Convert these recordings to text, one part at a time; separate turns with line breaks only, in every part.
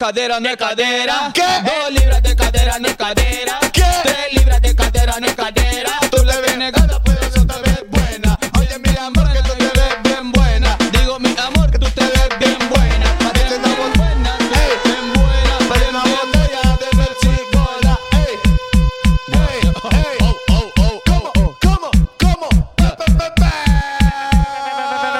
Cadera no es cadera.
¿Qué?
Dos libras de cadera no es cadera.
¿Qué?
Tres libras de cadera no es cadera. pues
Tú le ves negada, pero yo te ves buena. Oye, mi amor, que tú te ves bien buena.
Digo mi amor que tú te ves bien buena. Cadera
Ey,
bien buena, tú eres bien buena.
Para una botella de Persicola. Ey, ey, ey. Oh, oh, oh, oh. ¿Cómo, cómo, cómo? Pe, pe, pe,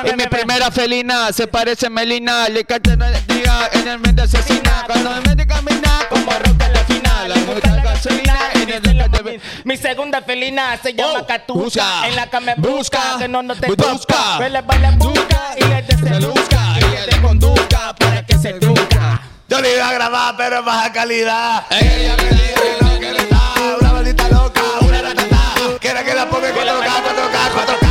pe.
Y mi primera felina se parece a Melina. Le canta no le diga en el mente asesina. Cuando me mete camina como roca en la final. Me gusta la gasolina en el reloj de-
Mi segunda felina se llama
Oh,
Catuca.
busca,
En la que me
busca,
busca, que no, no te
busca,
toca. Me le baila busca y le
Conduzca
deseduzca.
y le dé conduzca para que se educa.
Yo le iba a grabar, pero es baja calidad.
Ella me dice
Lo que le da, Una maldita loca, una ratata. Quiere que la ponga en 4K, 4K, 4K.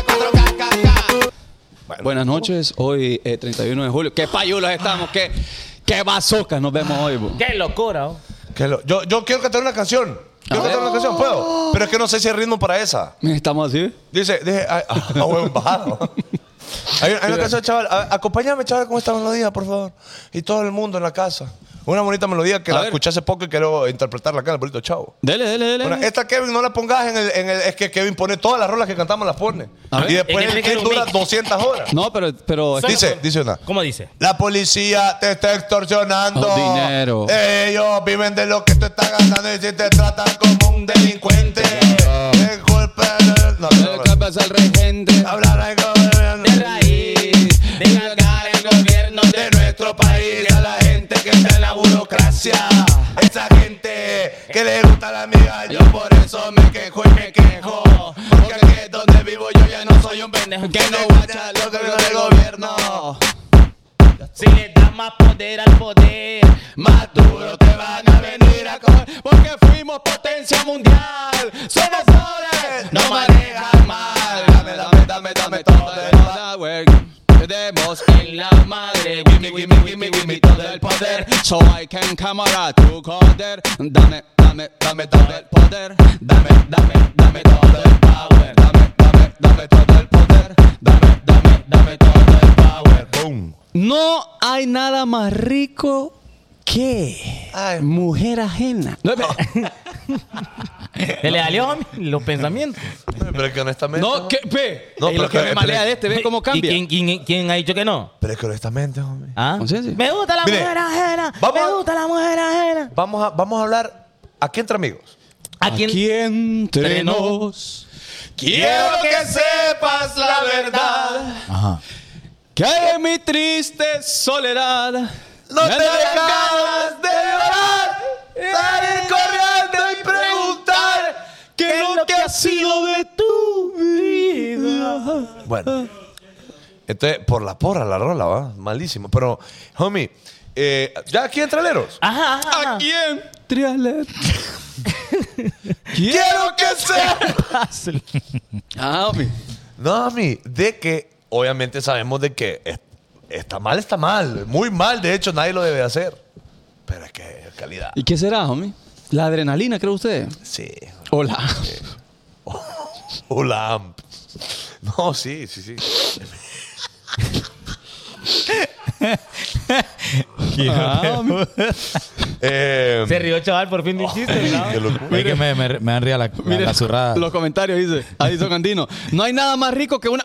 4K.
Buenas noches, hoy eh, 31 de julio. Qué payulos estamos, qué, qué bazocas nos vemos hoy. bo.
Qué locura. oh.
Que lo- yo, yo quiero cantar una canción. Yo
A
cantar
ver.
una canción, puedo. Pero es que no sé si hay ritmo para esa.
Mira, Estamos así.
Dice, dice, ay, ah, ah, huevón, bajado. Hay, hay una canción, chaval. a- acompáñame, chaval, con esta melodía, por favor. Y todo el mundo en la casa. Una bonita melodía que
A
la
ver.
escuché hace poco y quiero interpretarla acá, el bonito chavo.
Dele, dele, dele.
Bueno, esta Kevin no la pongas en el, en el- Es que Kevin pone todas las rolas que cantamos, las pone.
A ver.
Y después
En el
el clip
micro
dura
mix.
200 horas.
no, pero, pero
Solo
Dice,
con-
dice una.
¿Cómo dice?
La policía te está extorsionando.
Oh, dinero.
Ellos viven de lo que tú estás ganando y si te tratan como un delincuente. Te culpan- No, no,
el
no.
capas al regente.
Hablar algo
De raíz, de ganar el gobierno de
de nuestro país a la gente que está en la burocracia. Esa gente que le gusta la amiga, yo por eso me quejo y me quejo. Porque aquí es donde vivo yo ya no soy un pendejo que no guacha lo que viene del gobierno.
Si le da más poder al poder.
Más duro te van a venir a coger porque fuimos potencia mundial. Somos pobres, no manejan mal. Dame, dame, dame, dame todo el poder. Quedemos en la madre. Gimme, gimme, gimme, gimme todo el poder. So I can camera tu coder. Dame, dame, dame todo el poder. Dame, dame, dame todo el power. Dame, dame, dame todo el poder. Dame, dame, dame todo el power.
Boom.
No hay nada más rico que
Ay.
mujer ajena. No, pe-
Se le salió homie, los pensamientos.
Pero es que honestamente.
no, que, ve.
No,
es lo
pero
que
que-
me malea de este, ve cómo cambia.
¿Y quién, quién- quién ha dicho que no?
Pero es que honestamente, hombre.
¿Ah?
Conciencia.
Me gusta la
Mire,
mujer ajena.
vamos
me
a-
gusta la mujer ajena.
Vamos a, vamos a hablar aquí entre amigos.
¿A quién?
Aquí entre nos.
Quiero que sepas la verdad.
Que de mi triste soledad.
No
me
te
dan
dejas
ganas
de llorar. Salir corriendo y preguntar.
¿Qué es lo que ha sido de tu vida?
Bueno. Entonces, por la porra la rola, va. Malísimo. Pero, homie, eh, ya aquí entre aleros.
Ajá, ajá, ajá.
¿A quién? Trialet.
Quiero que sepas.
Ah, hombre.
No, homie, de que obviamente sabemos de que es- está mal, está mal. Muy mal, de hecho, nadie lo debe hacer. Pero es que es calidad.
¿Y qué será, homie? ¿La adrenalina, cree usted?
Sí.
Hola.
Hola. amp. No, sí, sí, sí.
Ah, homie.
Eh,
Se rió, chaval, por fin de un chiste, ¿no?
qué locura.
Es que me, me, me han ría la, la-
Mire,
la zurrada.
Los comentarios dice Adison Andino. No hay nada más rico que una.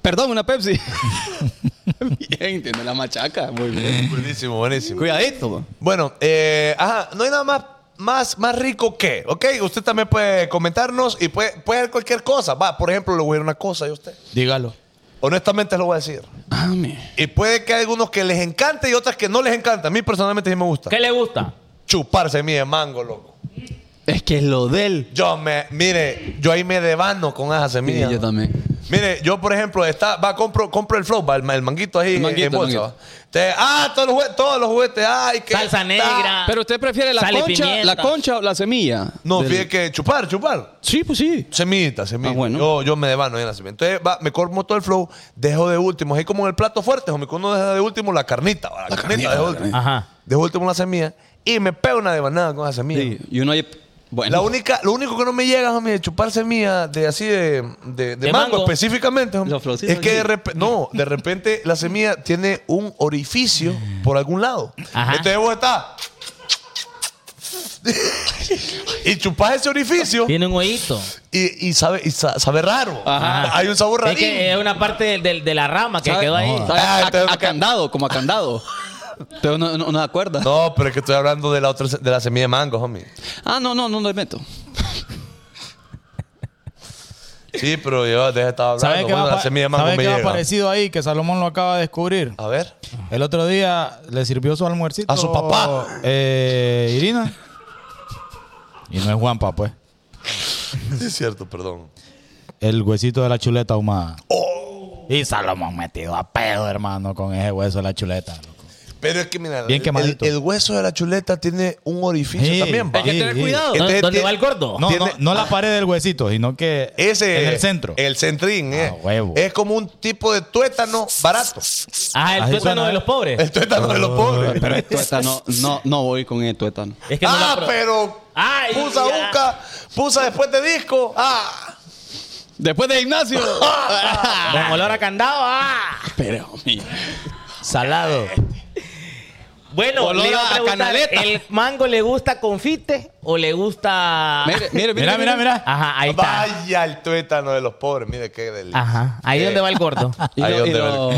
Perdón, una Pepsi. bien, tiene la machaca. Muy bien.
Buenísimo, buenísimo.
Cuidadito. bo.
Bueno, eh, ajá, no hay nada más, más, más rico que, ¿ok? Usted también puede comentarnos y puede, puede hacer cualquier cosa. Va, por ejemplo, le voy a decir una cosa a usted.
Dígalo.
Honestamente lo voy a decir.
Ah, mi.
Y puede que hay algunos que les encante y otras que no les encanta. A mí personalmente sí me gusta.
¿Qué le gusta?
Chuparse mi de mango, loco.
Es que es lo del.
Yo me, mire, yo ahí me devano con esa
Sí,
semilla.
yo también.
Mire, yo por ejemplo, está, va, compro, compro el flow, va, el, el manguito ahí
El manguito,
en bolsa.
el
va.
manguito.
Te- ah, todos los, juguetes- todos los juguetes, ay, que.
Salsa negra.
Pero usted prefiere la
Sale
concha,
pimienta.
la concha o la semilla.
No,
del-
fíjate que chupar, chupar.
Sí, pues sí.
Semillita, semillita.
Ah, bueno.
yo, yo me devano ahí en la semilla. Entonces, va, me como todo el flow, dejo de último. Así como en el plato fuerte, homie, cuando uno deja de último la carnita. va, La, carnita,
carnita,
dejo
la
último.
carnita.
Ajá.
Dejo último la semilla y me pego una devanada con esa semilla.
Sí, Y uno ahí Bueno.
La única, lo único que no me llega, homie, de chupar semilla de así de, de, de
De
mango,
mango.
específicamente, homie,
Los flowcitos
es que de
aquí.
repente, no, de repente la semilla tiene un orificio por algún lado.
Ajá.
Entonces vos estás y chupás ese orificio
Tiene un hoyito.
y, y sabe, y sa- sabe raro.
Ajá.
Hay un sabor
Es
rarín.
que eh, es una parte del- del- de, la rama que quedó ahí.
¿Sabe?
Ah,
A-
entonces-
a candado, como a candado. Pero no, no, no se acuerda.
No, pero es que estoy hablando de la otra se- de la semilla de mango, homie.
Ah, no, no, no le meto.
Sí, pero yo de eso estaba hablando.
¿Sabes qué
Bueno,
va,
la semilla de mango
¿sabe
me
qué va
llega.
parecido ahí? Que Salomón lo acaba de descubrir.
A ver.
El otro día le sirvió su almuercito.
A su papá.
eh, Irina. Y no es Juanpa, pues.
Sí, es cierto, perdón.
El huesito de la chuleta ahumada.
Oh.
Y Salomón metido a pedo, hermano, con ese hueso de la chuleta. loco.
Pero es que mira,
Bien
el- el,
quemadito.
el hueso de la chuleta tiene un orificio
Sí.
también. ¿va?
Hay que tener cuidado.
¿Dó-
Entonces,
¿Dónde
tie-
va el gordo?
No,
Tiene-
no, no la pared del huesito, sino que
Ese
en el
es
centro.
El centrín, eh.
Ah, huevo.
Es como un tipo de tuétano barato.
Ah, el
Así
tuétano
suena,
de
¿eh?
los pobres.
El tuétano de los pobres.
Pero el tuétano, no, no voy con el tuétano.
Es que no
ah,
la pro-
pero
Ay,
pusa
ya.
uca, pusa después de disco. Ah,
Después de Ignacio.
Con olor a candado. ah.
Pero, mira.
Salado.
Bueno,
Olor
le iba
a
preguntar,
canaleta.
¿el mango le gusta confite o le
Ah.
gusta...?
Mire, mire,
Mira, mira, mira.
Ajá, ahí está.
vaya el tuétano de los pobres. Mire qué delicia.
Ajá, ahí donde va el gordo.
Y
Ahí
lo- y
donde
lo-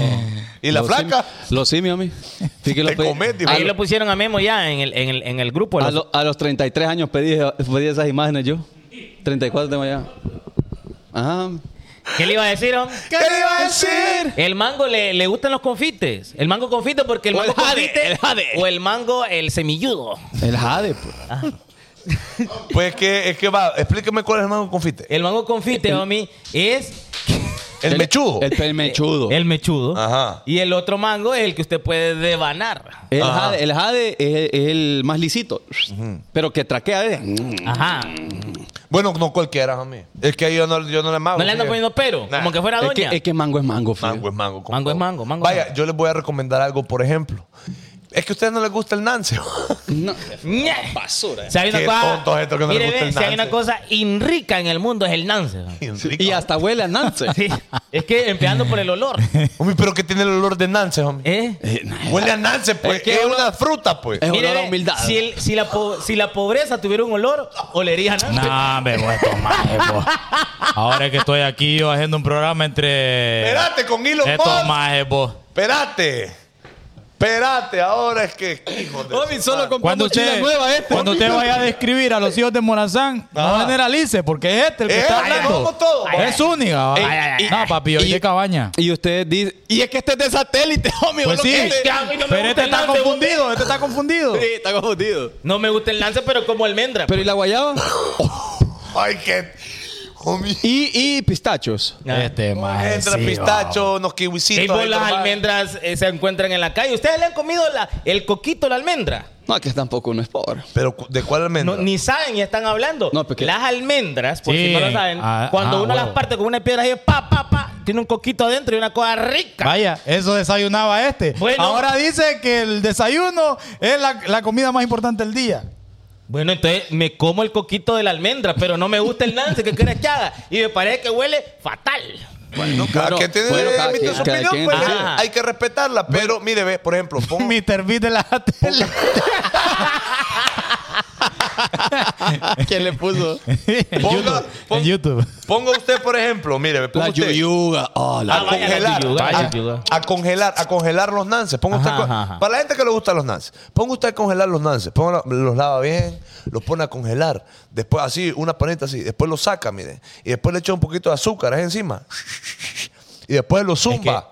¿Y la
los
flaca?
simios- Los simios, mi. Fíjate que los
Te
pedí-
comes, tío.
a,
Ahí
lo-
lo pusieron a Memo ya en el, en el, en el grupo.
a
Los-
lo- a los 33 años pedí, pedí esas imágenes yo. 34 tengo ya. Ajá.
¿Qué le iba a decir, hombre?
¿Qué le iba a decir?
El mango le, le gustan los confites. El mango confite porque el
O
mango
el jade,
confite-
el jade.
o el mango el semilludo.
El jade, pues.
Pues que, es que va, explíqueme cuál es el mango confite.
El mango confite, homie, es
El, mechudo.
El, el mechudo.
el mechudo.
Ajá.
Y el otro mango es el que usted puede devanar.
El
Ajá.
jade, el jade es, es el más lisito, pero que traquea. eh.
Ajá.
Bueno, no cualquiera, homie. Es que ahí yo no, yo no le mago.
No le
así
ando
que-
poniendo pero,
Nah.
como que fuera
Es que,
doña.
es que mango es mango, fío.
Mango es mango. compa.
Mango es mango, mango es
Vaya,
mango.
yo les voy a recomendar algo, por ejemplo. Es que a ustedes no les gusta el Nance.
No.
Ñe.
Basura.
Si hay una
Qué
cosa,
tontos estos que no les
mire,
gusta
ve,
el
si hay una
Nance.
cosa inrica en el mundo es el nance. ¿no?
Y hasta huele a Nance.
Sí, es que empezando por el olor.
Homie, pero que tiene el olor de Nance, homie.
¿eh?
Eh, nah,
Huele a Nance, pues.
Es
Es,
que uno- Eh,
una fruta, pues.
Es
Mire,
olor a
ve,
humildad.
Si, el- si la po- si la pobreza tuviera un olor, olería a nance.
No, me voy a tomar, vos. Ahora que estoy aquí yo haciendo un programa entre.
Espérate, con hilo
Estos
Musk.
majes, vos.
Espérate. Espérate, ahora es que. Hijo de
Homie,
su
solo
madre.
compré
Cuando
mochila
usted,
nueva este.
cuando usted vaya a describir a los hijos de Morazán, no
Ajá.
generalice, porque es este el que
Es
está
este,
hablando.
vamos todos.
es única. ¿va?
Ey, ay, ay,
no,
ay.
papi, hoy
Y-
de cabaña.
Y usted dice, y es que este es de satélite, homie.
Pues
vos lo
sí,
que-
que a mí no me
pero
gusta
este
el
está
lance,
confundido, este está confundido.
Sí, está confundido.
No me gusta el lance, pero como almendra.
Pero ¿y la guayaba?
Ay, que. Homie.
Y, y pistachos.
Ah.
Este maje.
Entra
sí,
pistacho,
oh.
va.
unos
Sí,
kiwisitos.
Pues, vos
ahí
las
normal.
almendras eh, se encuentran en la calle. ¿Ustedes le han comido la- el coquito, la almendra?
No, que tampoco uno es pobre.
Pero, ¿cu- ¿de cuál almendra?
No, ni saben y están hablando.
No, porque-
Las almendras, por
Sí.
si no lo saben,
Ah,
cuando
ah,
uno las
huevo.
parte con una piedra y pa, pa, pa, tiene un coquito adentro y una cosa rica.
Vaya, eso desayunaba este.
Bueno.
Ahora dice que el desayuno es la, la comida más importante del día.
Bueno, entonces me como el coquito de la almendra, pero no me gusta el nance, ¿qué quieres que haga? Y me parece que huele fatal.
No, cada
Bueno,
quien tiene
bueno, cada
emite
quien-
su
cada
opinión,
quien
pues,
tiene-
hay que respetarla. Pero, mire, ve, por ejemplo, pongo-
Mr. Beat de la tele.
¿Quién le puso?
en
Ponga-
YouTube.
pon-
En YouTube.
ponga usted, por ejemplo, mire, ve, ponga
La
usted.
yuyuga. Oh, la
a
Ah, vaya,
congelar,
la yuyuga,
a-
la yuyuga.
a, congelar, a congelar los nances. Ponga usted
Ajá,
con-
ajá, ajá.
para la gente que le gusta los nances, ponga usted a congelar los nances, ponga- los lava bien, los pone a congelar, después así una panita así, después los saca, mire, y después le echa un poquito de azúcar ahí encima y después lo zumba.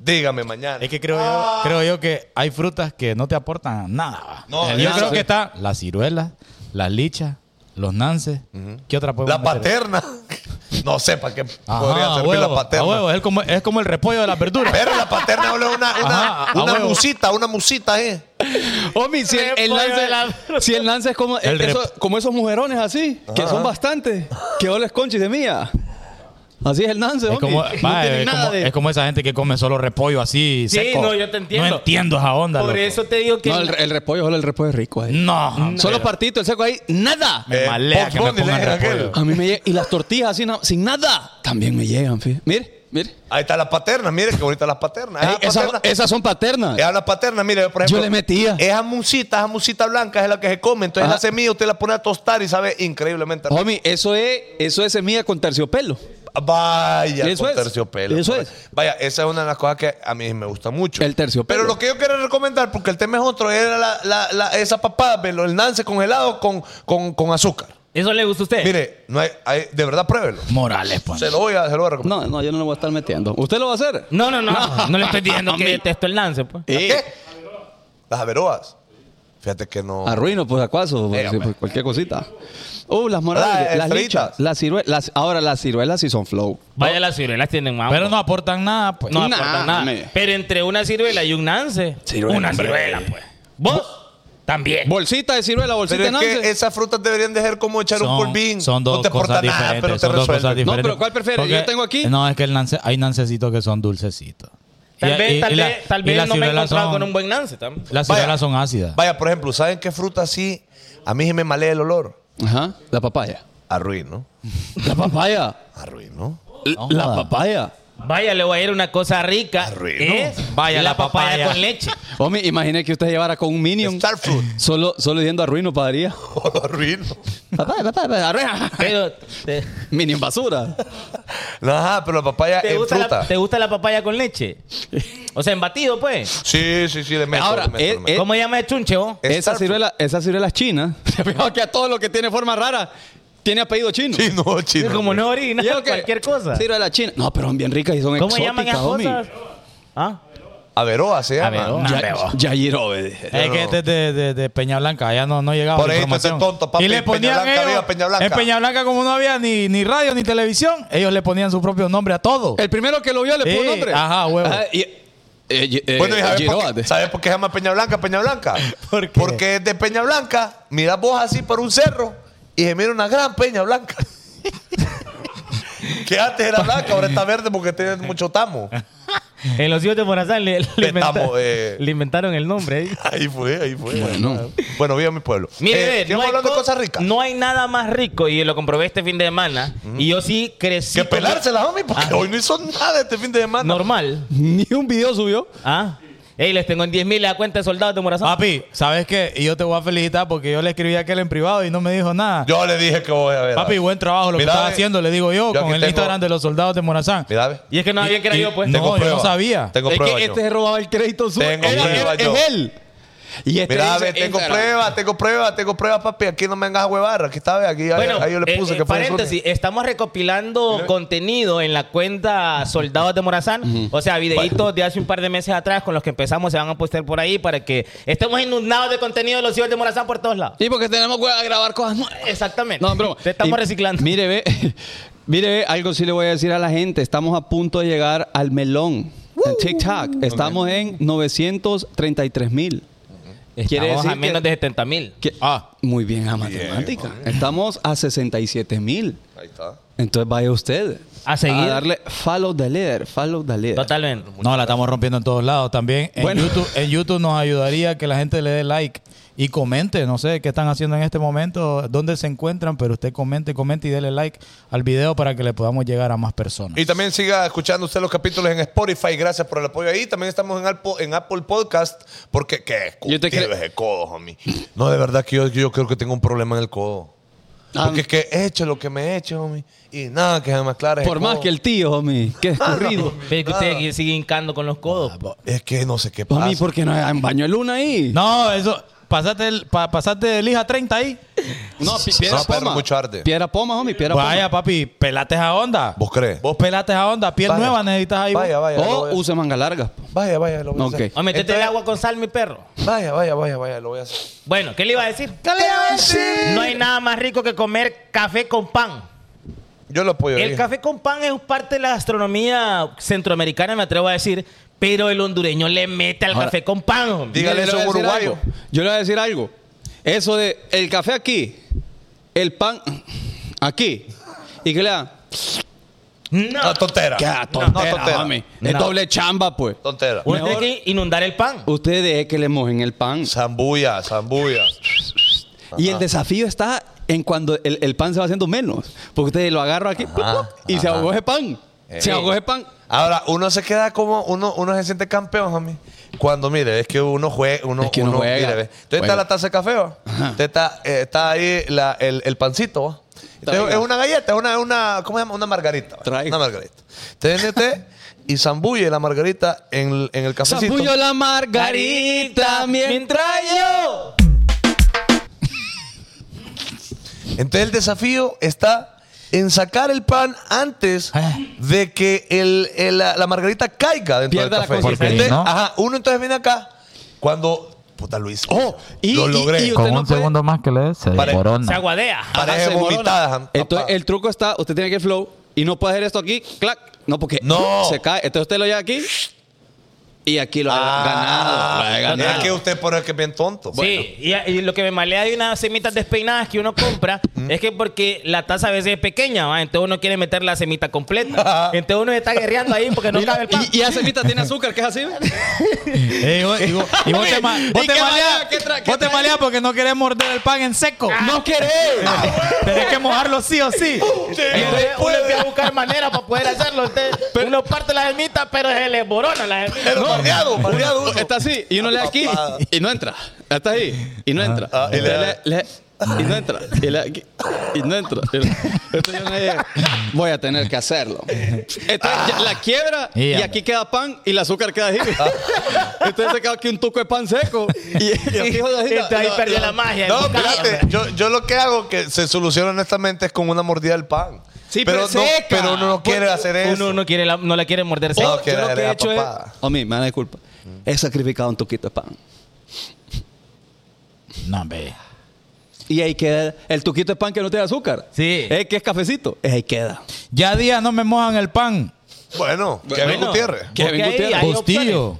Dígame mañana.
Es que creo yo, creo yo que hay frutas que no te aportan nada. va.
No,
yo
nada,
creo
sí.
que está las ciruelas, las lichas, los nances. ¿Qué otra podemos
la
meter?
paterna. no sé para qué
Ajá,
podría
a
servir
huevo,
la paterna.
a huevo, es como, es como el repollo de las verduras.
Pero la paterna huele a una, una,
Ajá, a
una
huevo.
musita, una musita, eh.
Homie, si el, el
Repollo
lance,
de la-
si el lance es como,
El
eso-
rep-
como esos mujerones así, que son bastantes, que oles conchis de mía. Así es el Nance,
Es
homie.
como,
no
va,
tiene
es,
nada
como,
de-
es como esa gente que come solo repollo así,
Sí,
seco.
no, yo te entiendo.
No entiendo esa onda,
Por
loco.
eso te digo que.
No, el, el repollo, solo el repollo es rico. ahí.
No.
Solo
pero-
partito, el seco ahí, nada.
Me
Eh,
malea
Bugs
que me
Bunny,
pongan
le dijeron
repollo.
A mí me llega. Y las tortillas así, na- sin nada, también me llegan, fíjate. Mire, mire.
Ahí está la paterna, mire qué bonita la paterna. Esa
Ey, esas-
Ah, paterna-
esas son paternas.
Esa es la paterna, mire, por ejemplo.
Yo le metía.
Esa musita, esa musita blanca es la que se come. Entonces
Ajá. Oh.
la semilla usted la pone a tostar y sabe increíblemente. rico.
Homie, eso es, eso es semilla con terciopelo.
Vaya,
Eso
con
es.
terciopelo.
Eso
por-
es.
Vaya, esa es una de las cosas que a mí me gusta mucho.
El terciopelo.
Pero lo que yo quiero recomendar, porque el tema es otro, era la, la- la- esa papada, velo, el nance congelado con, con, con azúcar.
¿Eso le gusta
Eh.
a usted?
Mire, no hay, hay- de verdad pruébelo.
Morales, pues.
Se lo voy a, se lo voy a recomendar.
No, no, yo no lo voy a estar metiendo. ¿Usted lo va a hacer?
No, no, no. No le estoy diciendo que detesto el lance, pues.
¿La ¿Qué? Las averoas. Fíjate que no.
Arruino, pues acuazo,
Venga,
sí,
pues.
pues, cualquier cosita. Uh, las moradas,
Ah,
las
estrellitas.
lichas, las ciruelas. las- ahora las ciruelas sí son flow.
Vaya, las ciruelas tienen más.
Pero
agua.
no aportan nada, pues.
no
Nah,
aportan nada.
me-
Pero entre una ciruela y un nance.
Ciruela,
una
hombre.
ciruela, pues. Vos también.
Bolsita de ciruela, bolsita
Pero
de
es que
nance.
esas frutas deberían de ser como echar un polvín.
son dos
no te
cosas
aporta
diferentes.
nada, pero te
son dos
resuelve.
cosas diferentes.
pero ¿cuál prefieres? Yo tengo aquí.
No, es que el nance, hay nancecitos que son dulcecitos.
Tal
Y-
vez,
y-
tal
y la-
vez, tal
y
vez
las
no me he
ciruelas
encontrado
son-
con un buen lance también.
Las
Vaya.
ciruelas son ácidas.
Vaya, por ejemplo, ¿saben qué fruta sí? A mí sí me malea el olor.
Ajá, la papaya.
Arruino.
La papaya.
Arruino.
No
la
joda.
papaya.
Vaya, le voy a ir una cosa rica.
Arruino.
Es Vaya, la, papaya, con leche.
Homie, imagine que usted llevara con un Minion.
Star fruit.
Solo, solo yendo a ruino padaría.
Solo arruino.
Papaya, papaya, arruina.
Pero, ¿te,
Minion basura.
No, ajá, pero la papaya
te
es
gusta
fruta.
la, te gusta la papaya con leche? O sea, en batido, pues.
Sí, sí, sí, le meto.
Ahora,
le meto, le
es-
meto.
¿Cómo llama el chunche, vos?
Es
Esa
Starfruit.
ciruela, esa ciruela es china. Se fijó que a todo lo que tiene forma rara tiene apellido chino.
Chino, chino.
eh, Como no orina,
Y es lo que-
cualquier cosa.
Ciruela china. No, pero son bien ricas y son
¿Cómo
exóticas,
llaman esas
homie.
cosas? ¿Ah?
Averoa se llama.
Averoa.
Ya- eh.
Hombre, vos.
Yayirobe, dije.
Es
Yo
que
no-
este es de, de, de Peña Blanca, allá no, no llegaba.
Por
la
ahí está ese
información.
tonto, papi,
Y le
en
ponían
Peñablanca,
ellos-
viva Peñablanca.
En Peña Blanca, como no había ni, ni radio ni televisión, ellos le ponían su propio nombre a todo.
El primero que lo vio le puso
Sí,
nombre.
ajá, huevo.
y, eh, y- eh,
Bueno, ¿y sabes por,
Yayirobe,
qué,
dije.
sabes por qué se llama Peña Blanca? Peña Blanca.
¿Por qué?
Porque es de Peña Blanca. Mira vos así por un cerro y se mira una gran Peña Blanca. que antes era blanca, ahora está verde porque tiene mucho tamo.
En los hijos de Morazán le, le
Le
inventa-
estamos, eh.
le inventaron el nombre ¿eh? ahí.
Ahí fue, ahí fue.
Bueno.
Bueno, viva mi pueblo. Eh,
Mire, ve,
estamos
Eh, hay
hablando de
co-
cosas ricas.
No hay nada más rico, y lo comprobé este fin de semana, y yo sí crecí.
que
como-
pelárselas, homie, porque
Ah.
hoy no hizo nada este fin de semana.
Normal.
Ni un video subió.
¿Ah? Ey, les tengo en 10 mil la cuenta de soldados de Morazán.
Ah,
Papi, ¿sabes qué? Y yo te voy a felicitar porque yo le escribí a aquel en privado y no me dijo nada.
Yo le dije que voy a ver.
Papi, buen trabajo lo
Mira,
que estás
ve,
haciendo, le digo yo,
yo
con
aquí
el
tengo-
Instagram de los soldados de Morazán.
Mira, ve.
y es que no había que era
y-
yo, pues.
no,
Tengo
yo
pruebas.
sabía.
Tengo
es
pruebas
que
yo.
este se robaba el crédito suyo.
Tengo
Era-
pruebas
era-
yo.
Es él. Y este
Mira,
dice,
ve, tengo
Instagram.
pruebas, tengo pruebas, tengo pruebas, papi. Aquí no me vengas a huevar. Aquí está, ve, aquí ahí, ahí yo le
eh,
puse
eh,
que fue el
paréntesis, estamos recopilando contenido en la cuenta Soldados de Morazán. O sea, videitos de hace un par de meses atrás con los que empezamos se van a postear por ahí para que estemos inundados de contenido de los hijos de Morazán por todos lados.
Y porque tenemos que grabar cosas nuevas.
Exactamente.
No, broma.
Te estamos
Y-
reciclando.
Mire, ve, mire, ve, algo sí le voy a decir a la gente. Estamos a punto de llegar al melón. En TikTok. Estamos en 933 mil. Quiere
Estamos
decir
a menos
que-
de 70 mil.
que-
Ah.
Muy bien a matemática. Estamos a 67 mil.
Ahí está.
Entonces vaya usted
A seguir.
darle follow the leader, follow the leader.
Totalmente.
No, la estamos rompiendo en todos lados también. En,
Bueno.
YouTube, en YouTube nos ayudaría que la gente le dé like y comente. No sé qué están haciendo en este momento, dónde se encuentran, pero usted comente, comente y dele like al video para que le podamos llegar a más personas.
Y también siga escuchando usted los capítulos en Spotify. Gracias por el apoyo ahí. También estamos en Apple, en Apple Podcast. Porque, ¿qué?
Yo te
curtido
creo-
es el codo, homie. No, de verdad que yo, yo creo que tengo un problema en el codo.
Ah,
Porque es que he hecho lo que me he hecho, homie. Y nada que se me aclare.
Eh, Por
el
más
codo.
que el tío, homie, que
Ah,
escurrido.
Ve que
Ah.
usted aquí sigue hincando con los codos.
Ah,
Es que no sé qué pasa.
Ah,
Homie, ¿por qué no hay un baño de luna ahí?
No, eso, pasate, el, pa- pasate lija 30 ahí.
No, pi- piedra
No, perro,
poma.
mucho arde.
Piedra poma, homie, piedra
Vaya, papi, pelate esa onda.
¿Vos crees?
Vos pelate esa onda. Piel
Vaya.
nueva necesitas ahí. vos.
Vaya, vaya.
poma.
lo
O
voy a-
use manga larga.
Vaya, vaya, lo voy a
Ok.
hacer.
O metete
Entonces-
el agua con sal, mi perro.
Vaya, vaya, vaya, vaya, lo voy a hacer.
Bueno, ¿qué le iba a decir? No hay nada más rico que comer café con pan.
Yo lo apoyo.
El
ahí.
café con pan es parte de la gastronomía centroamericana, me atrevo a decir, pero el hondureño le mete al
Ahora,
café con pan. hombre.
Dígale
Mire, le
eso a un
voy a decir
uruguayo.
algo. Yo le voy a decir algo. Eso de el café aquí, el pan aquí. ¿Y qué le dan?
No.
No, tontera.
Ya, tontera,
tontera.
mami. Es
No.
doble chamba, pues.
Tontera.
Uno
Mejor-
tiene que inundar el pan.
Ustedes dejen que le mojen el pan.
Zambulla, zambulla.
Y el desafío está en cuando el, el pan se va haciendo menos. Porque ustedes lo agarran aquí pop, pop, y se ahogó ese pan. Se
Eh.
ahogó ese pan.
Ahora, uno se queda como, uno, uno se siente campeón, homie. Cuando, mire, es que uno juega, uno,
Es que uno juega.
mire, ve. Entonces
Juega.
está la taza de café, ¿va? Entonces está, eh, está ahí la- el, el pancito, ¿va? Entonces,
Traiga.
es una galleta, es una, una, ¿cómo se llama? Una margarita. ¿va?
Traiga.
Una margarita. Entonces viene usted y zambulle la margarita en, el- en el cafecito.
Zapullo la margarita mientras...
yo.
Entonces el desafío está en sacar el pan antes
Ah.
de que el, el- la, la margarita caiga dentro
Pierda la
del café.
consistencia.
Entonces,
Porque, ¿no?
Ajá, uno entonces viene acá cuando... Puta Luis.
Oh, y-
lo
y-
logré.
y- usted
Con
no
un
puede-
segundo más que le dé, se
Vale.
Se
desmorona.
aguadea.
Ah, Parece
Ajá, se morona.
vomitada, jam-
Entonces,
papá.
el truco está, usted tiene que flow y no puede hacer esto aquí, clac. No, porque
No.
se cae. Entonces usted lo lleva aquí y aquí lo ha ganado. Lo ha
Ah,
ganado.
Es Ah, que usted por el que es bien tonto.
Sí, y, y lo que me malea de unas semitas despeinadas que uno compra
Mm.
es que porque la taza a veces es pequeña, ¿va? entonces uno quiere meter la semita completa. Entonces uno está guerreando ahí porque no
Y,
cabe el pan.
Ah. y, y esa mitad tiene azúcar, que es así.
Eh, y vos- y vos- y vos te ma-
¿Y
vos
qué
te
maleas?
maleas
¿Qué tra- Ah. qué
vos te
traes?
maleas porque no querés morder el pan en seco.
¡No querés!
Tenés que mojarlo sí o sí.
Entonces uno empieza a buscar manera para poder hacerlo. Entonces, uno parte la semita, pero se le borona la semita.
Pero bardeado, bardeado uno.
Está así y uno le da aquí y no entra. Está ahí y no entra.
Ah, y le
Entonces
da-
le- le- Y no entra. Y, le da aquí, y no entra. Y le- Entonces yo no llego. Voy a tener que hacerlo. Entonces ya la quiebra
Y
y
anda.
aquí queda pan y el azúcar queda ahí.
Ah.
Entonces se queda aquí un tuco de pan seco. Y, y aquí joder, así,
Entonces ahí
no,
perdió
no.
la magia.
No,
el bocado.
espérate. Yo, yo lo que hago que se soluciona honestamente es con una mordida del pan.
Sí, pero
no,
seca. Pues,
pero uno no quiere hacer eso.
Uno no, quiere la, no la quiere morder
No,
seca.
que
yo lo
era-
que he
era
hecho
papada.
es. A mí, Oh, me da disculpa. He sacrificado un tuquito de pan.
No, hombre.
Y ahí queda el tuquito de pan que no tiene azúcar.
Sí.
Es que es cafecito. Es ahí queda.
Ya día no me mojan el pan.
Bueno, Kevin Gutiérrez.
Kevin
Porque ahí
Gutiérrez.
hay opciones.
Bustillo.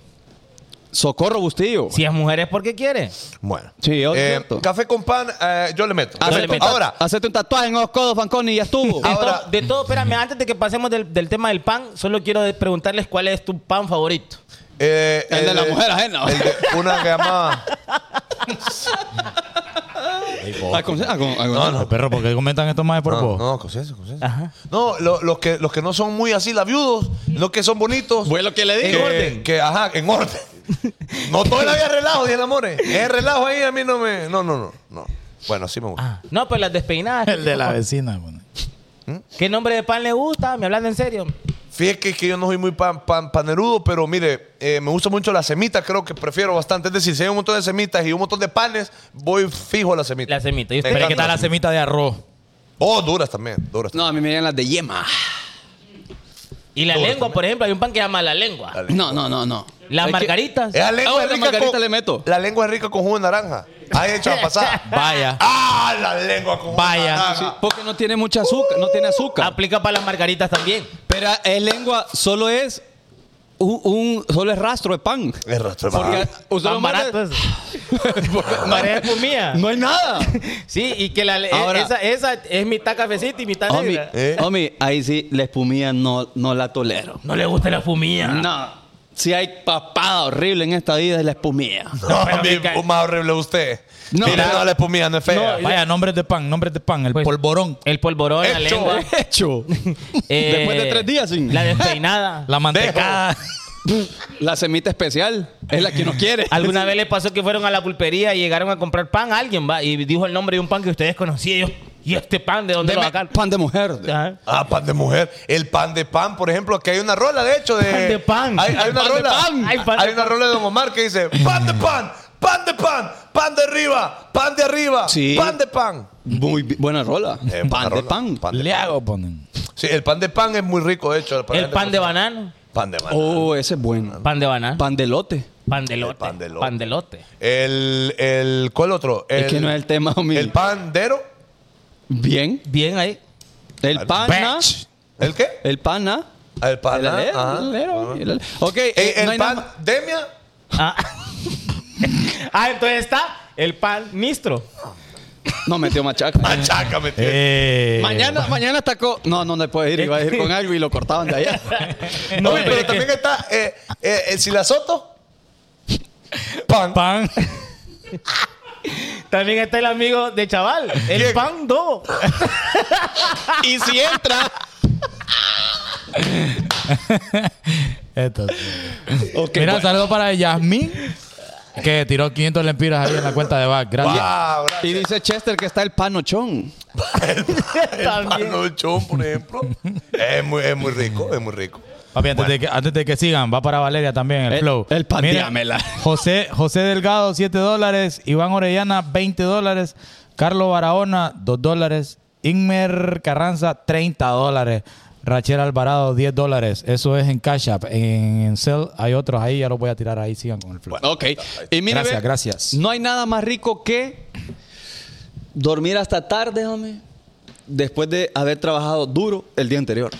Socorro Bustillo.
Si es mujer es porque quiere.
Bueno.
Sí, yo- Ah,
Eh,
cierto.
café con pan, eh, yo le meto.
Hacete
Dale,
un
meta.
ta-
Ahora,
hacete un tatuaje en los codos, Fanconi, y ya estuvo.
De,
Ahora-
todo, de todo, espérame, antes de que pasemos del, del tema del pan, solo quiero de- preguntarles cuál es tu pan favorito.
eh,
El de la mujer ajena.
El de una que llamaba.
Ah, ¿cómo se- ah, ¿cómo- ah, cómo-
No,
Los
no.
perros, porque comentan esto más de por
No,
vos?
no, conciencia, conciencia. No, lo- los, que, los que no son muy así labiudos, los que son bonitos.
Fue lo que le dije.
que, que, ajá, en orden. No toda la vida relajo, Diana Amores. Es relajo ahí, a mí no me. No, no, no. no. Bueno, sí me gusta.
Ah, No, pues las despeinadas.
El de la vecina. bueno.
¿Qué nombre de pan le gusta? Me hablando en serio.
Fíjate que, que yo no soy muy pan, pan- panerudo, pero mire, eh, me gusta mucho las semitas, creo que prefiero bastante. Es decir, si hay un montón de semitas y un montón de panes, voy fijo a las semitas.
La semita. ¿Y usted?
Me
Pero ¿qué
encanta
tal la
las semitas.
semita de arroz?
Oh, duras también, duras.
No, a mí me llegan las de yema.
Y la lengua, por ejemplo, hay un pan que llama la lengua.
Dale.
No, no, no, no.
Las
Es que-
margaritas. Oh,
Eh, la lengua
Ahora
es
la
rica
Ah, margarita
con-
le meto.
La lengua es rica con jugo de naranja. Ahí hecho a pasar.
Vaya.
¡Ah! La lengua con jugo de
Vaya.
Ah, Sí,
naranja.
porque no tiene mucha azúcar, no tiene azúcar.
Aplica para las margaritas también.
Pero es lengua, solo es un, un- solo es rastro de pan.
Es rastro de
Porque
mar.
usted lo
Tan
muerde-
barato eso.
Porque no hay-
Parece comida.
No hay nada.
Sí, y que la, e-
Ahora- Ah,
esa, esa es mitad cafecita y mitad
Homie,
negra.
¿Eh?
homie, ahí sí, la espumilla no, no la tolero.
No le gusta la
Ah.
fumilla.
No. Si hay papada horrible en esta vida, es la espumilla.
No,
pero
a mí,
rica.
más horrible usted.
No.
Mire, no le espumilla, no es fea.
Eh, Vaya, nombres de Pues- pan, nombres de pan. El polvorón.
El polvorón, la
Hecho.
lengua.
Hecho.
Eh,
Después de tres días sin.
La
La,
despeinada.
La mantecada.
semita especial es la que no quiere.
Alguna vez le pasó que fueron a la pulpería y llegaron a comprar pan a alguien, va, y dijo el nombre de un pan que ustedes conocían. Y yo, ¿y este pan de dónde lo
Deme
sacaron?
pan de mujer.
Ajá.
Ah, pan de mujer. El pan de pan, por ejemplo, que hay una rola, de hecho, de.
Pan de pan.
Hay, hay una
Pan de
rola.
pan.
Hay
Hay,
pan de
una
pan.
rola de Don Omar que dice: pan de pan, pan de pan, pan de arriba, pan de arriba,
Sí.
pan de pan.
Muy bi- buena rola.
Eh,
pan
buena
de
rola.
pan.
Pan de-
Le hago, ponen.
Sí, el pan de pan es muy rico, de hecho.
El pan de banano.
Pan de banana.
Oh, ese es bueno.
Pan de banano.
Pan de lote.
Pan de lote.
pan de lote.
Pan de lote.
El, el. ¿Cuál otro? El,
es que no es el tema, homie.
El pandero.
Bien.
Bien ahí.
El pana.
¿El qué?
El pana.
Ah, El pan.
El
ah,
alero,
ajá.
el alero, el alero. Ok. eh,
Eh,
no
El,
hay nada
pan
más.
demia.
Ah. Ah, entonces está el pan nistro.
No, metió machaca.
Machaca, me tiene.
Eh,
Mañana, mañana atacó. No, no le puedes ir, iba a ir con algo y lo cortaban de allá.
No, pero también está eh, eh, el Silasoto. Pan.
Pan.
También está el amigo de chaval, el
¿Quién?
Pando.
Y si entra.
Esto sí.
Ok, pues,
Mira,
bueno.
saludo para Yasmín, que tiró 500 lempiras ahí en la cuenta de Back. Gracias.
Wow,
Y dice Chester que está el panochón.
También.
Panochón, por ejemplo. es, muy, es muy rico, es muy rico.
Papi, antes, de que, antes de que sigan, va para Valeria también Eh, el,
El-
flow.
el pan,
Mira,
dígamela.
José, José Delgado, 7 dólares. Iván Orellana, 20 dólares. Carlos Barahona, 2 dólares. Inmer Carranza, 30 dólares. Rachel Alvarado, 10 dólares. Eso es en Cash App. En, en Cell hay otros ahí, ya los voy a tirar ahí. Sigan con el flow.
Ok. Y mire,
Gracias,
ve,
gracias.
No hay nada más rico que dormir hasta tarde, hombre, después de haber trabajado duro el día anterior.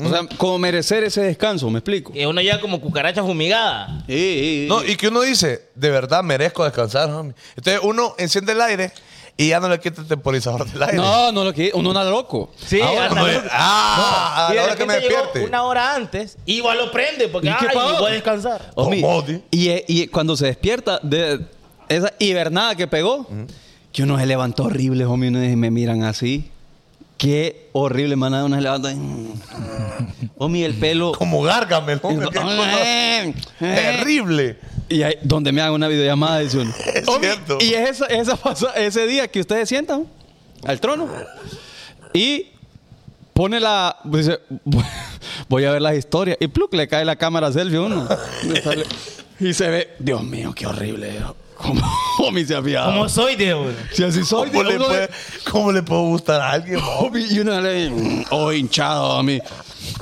O sea, como merecer ese descanso, ¿me explico?
Que uno llega como cucaracha fumigada.
Sí, sí, sí.
No, y que uno dice, de verdad merezco descansar, homie. Entonces uno enciende el aire y ya no le quita el temporizador del aire.
no, no lo que uno nada loco.
Sí,
Ahora,
hasta-
no es- ah, a
y de
la hora que me
repente llegó
despierte.
Una hora antes, igual lo prende, porque
¿Y qué
ay,
pasó?
voy a descansar.
Homie,
¿Cómo, di?
y, eh, y cuando se despierta de esa hibernada que pegó, que uno se levantó horrible, homie, uno dice, me miran así. Qué horrible, manada, uno se levanta. y- homie, el pelo.
Como gárgamel, homie, qué cosa
eh,
Terrible.
Y ahí, donde me hagan una videollamada, dice uno.
Es cierto.
Y es esa, esa pasa- ese día que ustedes sientan al trono y pone la. Dice, voy a ver las historias. Y pluk, le cae la cámara selfie a uno. Le sale- y se ve, Dios mío, qué horrible. ¿Cómo, homie se ha fijado?
Como soy, Dios.
Si así soy,
¿Cómo,
dice
le
uno de-
puede, ¿Cómo le puedo gustar a alguien?
homie, y uno le mm, oh, hinchado, homie.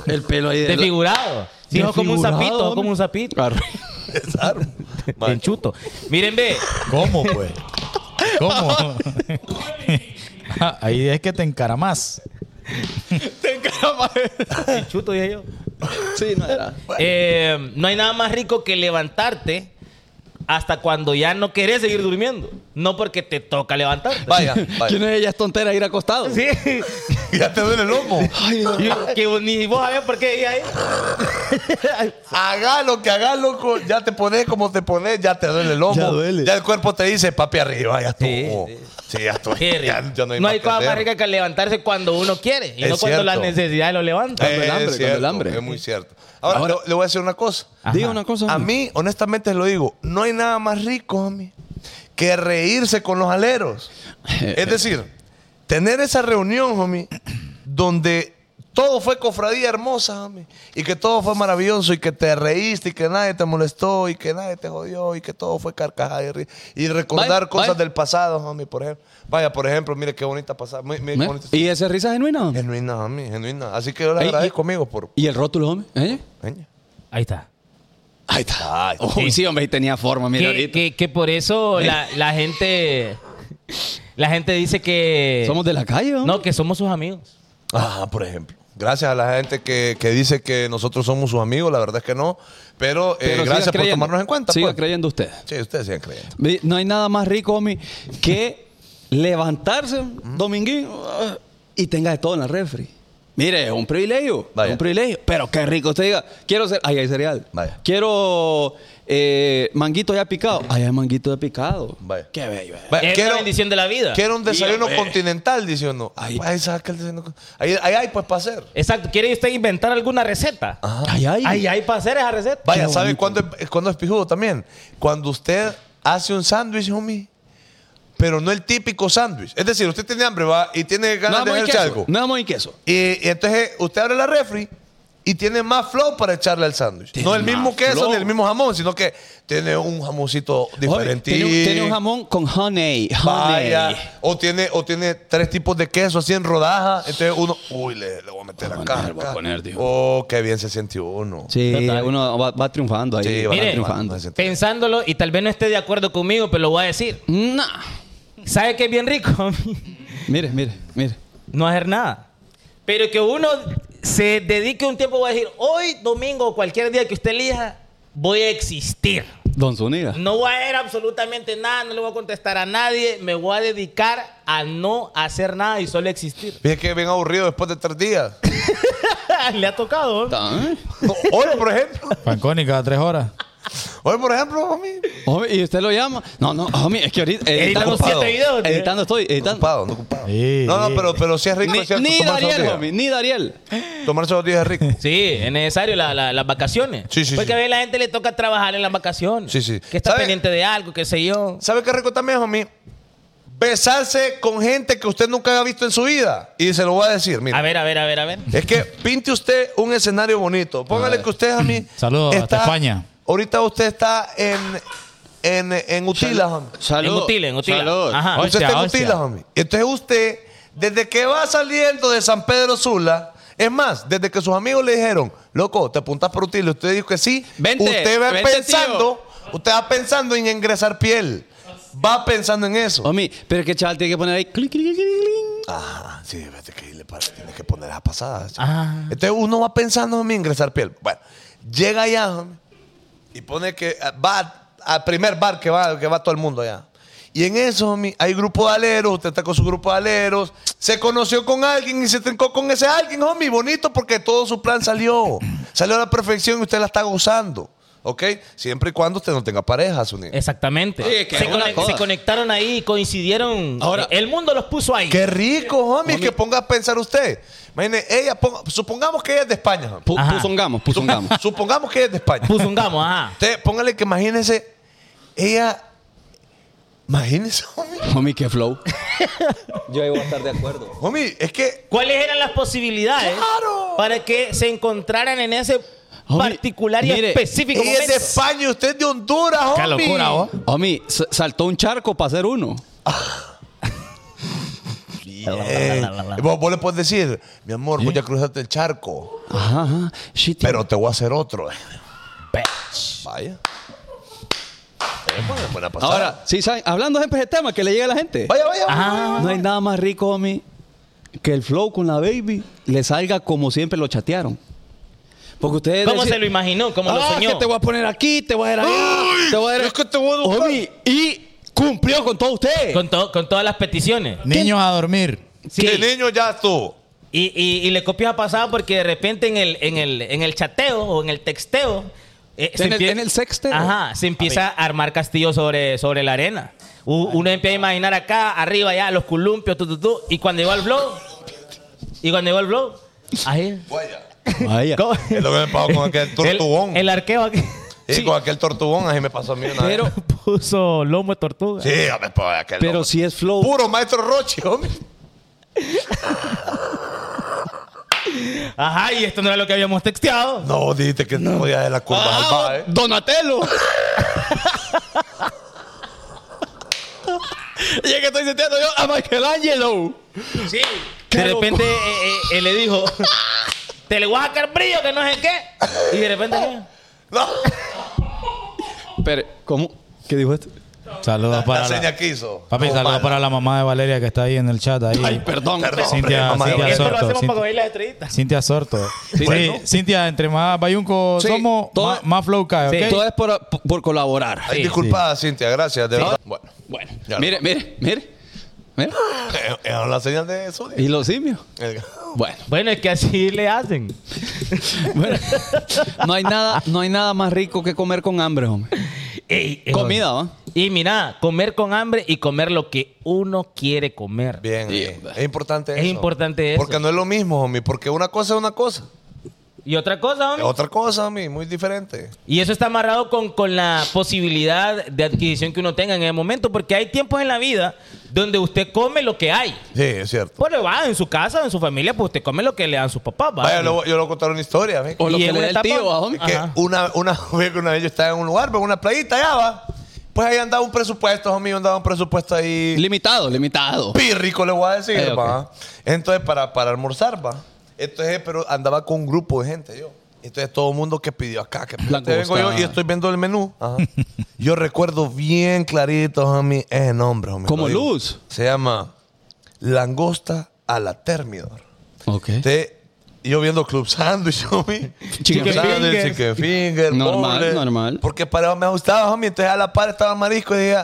El pelo ahí de la-
Desfigurado. Sí, ojo como un
Desfigurado,
sapito, ojo
homie.
como un sapito.
Arre.
Pesar,
Bien
man.
chuto. Miren, ve.
¿Cómo, pues? ¿Cómo? Ah, ahí es que te encaramas.
Te encama.
bien chuto, dije yo.
Sí, no era.
Eh, no hay nada más rico que levantarte hasta cuando ya no querés seguir durmiendo. No porque te toca levantarte.
Vaya,
¿Quién
vaya.
es ella? Es tontera ir acostado.
Sí.
Ya te duele el lomo.
Ay, Dios.
Y- que ni vos sabés por qué dije ahí.
Haga lo que haga, loco. Ya te pones como te pones, ya te duele el lomo.
Ya duele.
el cuerpo te dice, papi, arriba, ya estuvo.
Sí,
Sí, ya estuvo.
Qué rico.
Ya, ya no hay,
no hay
que
cosa más
hacer.
rica que levantarse cuando uno quiere y
Es
no cuando
cierto.
las necesidades lo levantan.
Cuando el hambre,
Es
cuando el
cierto,
hambre.
Es muy cierto. Ahora,
Ahora-
le, le voy a decir una cosa.
Diga una cosa.
A
homie.
mí, honestamente lo digo, no hay nada más rico, homie, que reírse con los aleros.
Eh,
es decir, tener esa reunión, homie, donde todo fue cofradía hermosa, homie, y que todo fue maravilloso, y que te reíste, y que nadie te molestó, y que nadie te jodió, y que todo fue carcajada y, ri- y recordar
Vaya,
cosas
vaya.
del pasado, homie, por ejemplo. Vaya, por ejemplo, mire qué bonita pasada. mi- mire qué
¿Eh?
bonita-
¿Y esa risa genuina? homie?
Genuina, homie, genuina. Así que yo le
Ey,
agradezco, amigo, por...
¿Y el rótulo, hombre? ¿Eh?
Ña.
Ahí está.
Ahí está. Uy, sí, hombre, y tenía forma, mira
Que,
ahorita.
que- que por eso la, la gente la gente dice que
Somos de la calle, hombre.
no que somos sus amigos.
Ah, por ejemplo. Gracias a la gente que, que dice que nosotros somos sus amigos, la verdad es que no. Pero, eh,
Pero siga
gracias por
creyendo.
tomarnos en cuenta.
Siga
pues.
creyendo usted.
Sí, ustedes sigan creyendo.
Ve, No hay nada más rico, homie, que levantarse, dominguín, ah, y tenga de todo en la refri. Mire, es un privilegio.
Vaya.
es un privilegio. Pero qué rico usted diga. Quiero ser. Ay, hay cereal.
Vaya.
Quiero eh, manguito ya picado. Ay, hay manguito ya picado.
Vaya.
Qué bello. eh.
Vaya,
es la bendición de la vida.
quiero un desayuno
Dígame.
continental, dice uno. Ahí,
Ay.
ahí saca el desayuno. Ahí, ahí hay pues para hacer.
Exacto, ¿quiere usted inventar alguna receta?
Ay, ay.
Ay, hay para hacer esa receta.
Vaya,
Qué
¿sabe
bonito.
cuándo es, eh, cuándo es pijudo también? Cuando usted hace un sándwich, homie. Pero no el típico sándwich. Es decir, usted tiene hambre, va, y tiene ganas
Nada
de
más y
hacerse
queso.
algo.
Nada más y queso.
Y, y entonces usted abre la refri y tiene más flow para echarle al sándwich.
Tiene
No el
más
mismo queso
flow.
ni el mismo jamón, sino que tiene un jamoncito
Hombre,
diferente.
Tiene, un- tiene un jamón con honey. honey.
Vaya. O tiene, o tiene tres tipos de queso así en rodaja. Entonces uno, uy, le, le voy a meter
Voy a
acá.
poner, voy a
acá.
poner, tío.
Oh, qué bien se siente uno.
Sí,
Total.
uno va, va triunfando ahí.
Sí,
va
va
Mire,
triunfando.
va triunfando.
Pensándolo y tal vez no esté de acuerdo conmigo, pero lo voy a decir.
Nah.
¿Sabe qué es bien rico? homie?
Mire, mire, mire.
no hacer nada. Pero que uno se dedique un tiempo a decir, hoy domingo o cualquier día que usted elija, voy a existir.
Don Zuniga.
No voy a hacer absolutamente nada, no le voy a contestar a nadie, me voy a dedicar a no hacer nada y solo existir.
Fíjate que bien aburrido después de tres días.
le ha tocado. ¿eh?
Tan.
No, Hoy, por ejemplo.
Fanconi cada tres horas.
Hoy, por ejemplo, homie.
Homie, y usted lo llama. No, no, homie, es que ahorita editando,
Editamos siete videos, tío.
editando estoy, editando.
Ocupado, no ocupado.
Sí,
no,
sí.
no, pero, pero sí es rico,
Ni,
es cierto.
ni
tomarse unos
Dariel,
días.
homie, ni Dariel.
Tomarse los días es rico.
Sí, es necesario la- la- las vacaciones.
Sí, sí,
Porque
sí.
a veces la gente le toca trabajar en las vacaciones.
Sí, sí.
Que está
¿Sabe?
pendiente de algo, qué sé yo.
¿Sabe qué rico también, homie? Besarse con gente que usted nunca ha visto en su vida. Y se lo voy a decir, mira.
A ver, a ver, a ver, a ver.
Es que pinte usted un escenario bonito. Póngale que usted, homie.
Saludos hasta España.
Ahorita usted está en, en, en Utila, homie.
Salud.
En Utila, en Utila.
Salud.
Ajá.
Usted
Hostia,
está en
hostia.
Utila, homie. Entonces usted, desde que va saliendo de San Pedro Sula, es más, desde que sus amigos le dijeron, loco, te apuntas por Utila, usted dijo que sí,
Vente,
usted va
vente,
pensando, usted va pensando en ingresar piel. Va pensando en eso.
Homie, pero que chaval tiene que poner ahí. clic, clic, clic, clic.
Ah, sí, vete que le parece, tienes que poner las pasadas. chico.
Ah.
Entonces uno va pensando en ingresar piel. Bueno, llega allá homie, y pone que ah, va al primer bar que va, que va todo el mundo allá. Y en eso, homie, hay grupo de aleros, usted está con su grupo de aleros, se conoció con alguien y se trincó con ese alguien, homie, bonito porque todo su plan salió. Salió a la perfección y usted la está gozando. ¿Ok? Siempre y cuando usted no tenga pareja, su
Eh.
niño.
Exactamente.
Sí, que
se,
es una
conec-
cosa.
se conectaron ahí, coincidieron.
Ahora-
el mundo los puso ahí.
Qué rico, homie,
Homie.
que ponga a pensar usted. Imagine, ella, ponga- supongamos que ella es de España, homie.
Pu-
Ajá.
Pusongamos, pusongamos.
Supongamos que ella es de España.
Puso un gamo, ajá.
Usted, póngale que imagínese, ella. Imagínese, homie.
homie, qué flow. Yo ahí voy a estar de acuerdo.
Homie, es que.
¿Cuáles eran las posibilidades
¡Claro!
para que se encontraran en ese
Homie,
particular y
mire,
específico
Ella es de
momento?
España y usted es de Honduras, homie.
Qué locura, ¿oh? vos.
Homie, s- saltó un charco para hacer uno.
Eh, vos, vos le puedes decir, mi amor, voy a cruzarte el charco,
Ajá, ajá. Sí, tío.
pero te voy a hacer otro. Vaya. Eh, buena- buena pasada.
Ahora, sí, ¿saben? hablando siempre de ese tema que le llega a la gente.
Vaya, vaya.
Ajá.
vaya, vaya.
No hay nada más rico, homie, que el flow con la baby le salga como siempre lo chatearon. Porque ustedes.
¿Cómo
decían-
se lo imaginó? ¿Cómo lo
Ah,
soñó?
que te voy a poner aquí, te voy a ir allá,
Ay,
te voy a ir
es que te voy a educar.
Homie, y cumplió con todo usted.
Con, to- con todas las peticiones.
Niños a dormir.
Sí.
El niño ya estuvo.
Y, y- y le copias a pasada porque de repente en el, en el, en el chateo o en el texteo. eh,
En el-
empie-
en el sexteo.
Ajá, se empieza a armar castillos sobre, sobre la arena. U- uno empieza a imaginar acá, arriba, allá, los columpios, tu, tu, tu, y cuando llegó al blog. Y cuando llegó al blog. Ahí.
Vaya.
Vaya.
¿cómo?
Es lo que me pasó con aquel tortugón.
El, el arqueo aquí
Y
Sí.
con aquel tortugón, así me pasó a mí una
Pero,
vez.
puso lomo de tortuga.
Sí, a ver, pues, aquel
pero
hombre.
si es flow.
Puro maestro Roche, homie.
Ajá, y esto no era lo que habíamos texteado.
No, dijiste que no podía de la curva eh.
Ah,
salvaje.
Donatello. y es que estoy sintiendo yo a Michelangelo.
Sí.
Qué
De repente eh, eh, él le dijo, te le voy a sacar brillo que no sé qué. Y de repente, ¿qué?
No,
Pero, ¿cómo? ¿Qué dijo este? esto?
Saludos
la
para
seña
la,
que hizo.
papi,
No,
saludos
mala.
para la mamá de Valeria que está ahí en el chat. Ahí.
Ay, perdón.
Perdón, hombre,
Cintia,
mamá de
Cintia
Valeria.
esto lo
Sorto,
hacemos
sí.
para coger las estrellitas.
Cintia Sorto. Sí,
Bueno.
Cintia, entre más bayunco
Sí,
somos,
todo-
más, más flow cae,
Sí.
¿ok?
Todo es por, por colaborar.
Ay,
Sí,
disculpa, Cintia, gracias. De
Sí.
verdad. Bueno,
Bueno,
Ya
mire,
no.
mire, mire, mire.
eh, eh, la señal de Sony. Eh,
¿Y los simios?
El-
Bueno,
Bueno, es que así le hacen.
bueno. No hay nada, no hay nada más rico que comer con hambre, hombre.
Ey, eh,
Comida, ¿va?
Y mira, comer con hambre y comer lo que uno quiere comer.
Bien,
Sí.
eh, es importante
Es
eso.
importante eso.
Porque no es lo mismo, homie. Porque una cosa es una cosa.
Y otra cosa,
Es
hombre.
otra cosa, homie. Muy diferente.
Y eso está amarrado con, con la posibilidad de adquisición que uno tenga en el momento, porque hay tiempos en la vida donde usted come lo que hay.
Sí, es cierto.
Bueno, va, en su casa, en su familia, pues usted come lo que le dan sus papás. ¿va?
Vaya, yo le voy- yo le voy a contar una historia. ve.
O lo
Y
que
en
le da
una
el
etapa-
tío, ¿va, homie?
Ah.
que
Ajá.
una, una, vez que una vez yo estaba en un lugar, pero en una playita allá va. Pues ahí andaba un presupuesto, homie, andaba un presupuesto ahí
Limitado, limitado.
pírrico, le voy a decir,
Eh, ok.
va. Entonces, para, para almorzar, va. Entonces, eh, pero andaba con un grupo de gente, yo. Entonces, todo el mundo que pidió acá, que pidió.
Langosta.
Entonces, vengo yo y estoy viendo el menú. Ajá. yo recuerdo bien clarito, homie, es el nombre, homie.
Como
lo digo.
luz.
Se llama Langosta a la Termidor.
Ok.
Entonces, Y yo viendo Club Sandwich, homie. Club Sandwich,
Fingers.
Chicken Finger.
Normal,
Bowler.
normal.
Porque para me gustaba, homie. Entonces a la par estaba el marisco y dije,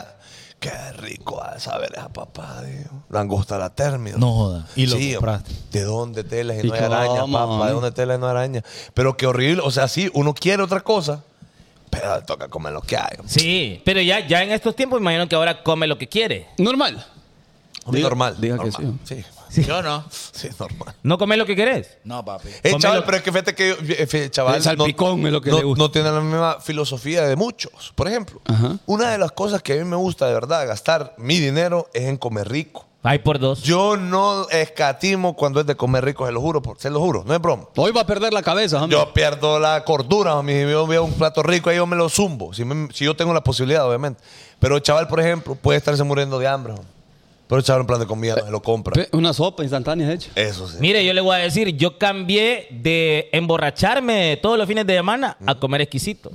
qué rico a saber esa papá, digo. Langosta a la término.
No joda. Y lo
Sí,
compraste.
¿De dónde tela y
¿Y
no hay araña,
cómo,
papá?
homie?
¿De dónde tela y no hay araña? Pero qué horrible. O sea, sí, uno quiere otra cosa, pero toca comer lo que hay.
Sí, pero ya, ya en estos tiempos imagino que ahora come lo que quiere.
Normal.
Homie,
Diga-
normal.
diga que
normal. sí.
Yo no.
Sí, normal.
¿No comes lo que querés?
No, papi.
Eh,
Comelo-
chaval, pero es que fíjate que eh, fe- chaval,
El salpicón
no,
es lo que
no-
le gusta.
no tiene la misma filosofía de muchos. Por ejemplo,
Ajá.
una de las cosas que a mí me gusta de verdad gastar mi dinero es en comer rico.
Ay, por dos.
Yo no escatimo cuando es de comer rico, se lo juro, por- se lo juro, no es broma.
Hoy va a perder la cabeza, homie.
Yo pierdo la cordura, homie. Si yo veo un plato rico, ahí yo me lo zumbo. Si, me- si yo tengo la posibilidad, obviamente. Pero el chaval, por ejemplo, puede estarse muriendo de hambre, homie. Pero el chaval, en plan de comida, no se lo compra.
Pe- Una sopa instantánea hecha.
Eso sí.
Mire, yo le voy a decir, yo cambié de emborracharme todos los fines de semana a comer exquisito.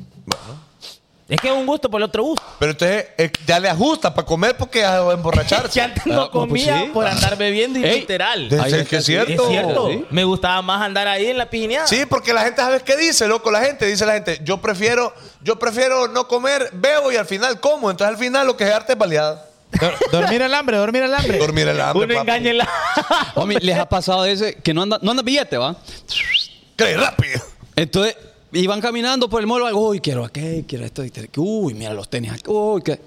Es que es un gusto por el otro gusto.
Pero entonces eh, ya le ajusta para comer porque ya va a
Ya
emborracharse.
antes no
Ah, pues
comía
sí.
por andar bebiendo y
Ey.
literal.
De-
Ahí
Es
está,
que es
sí.
cierto.
Es cierto.
Sí.
Me gustaba más andar ahí en la pijineada.
Sí, porque la gente, ¿sabes qué dice, loco? La gente, dice la gente, yo prefiero, yo prefiero no comer, bebo y al final como. Entonces al final lo que es arte es baleada.
dormir el hambre, dormir el hambre.
Dormir el hambre,
Uno
papi.
engaña en la...
Homie, les ha pasado ese que no anda, no anda billete, ¿va?
Cree rápido.
Entonces, iban caminando por el mall, algo, uy, quiero aquel, quiero esto, y te- uy, mira los tenis aquí, uy, qué.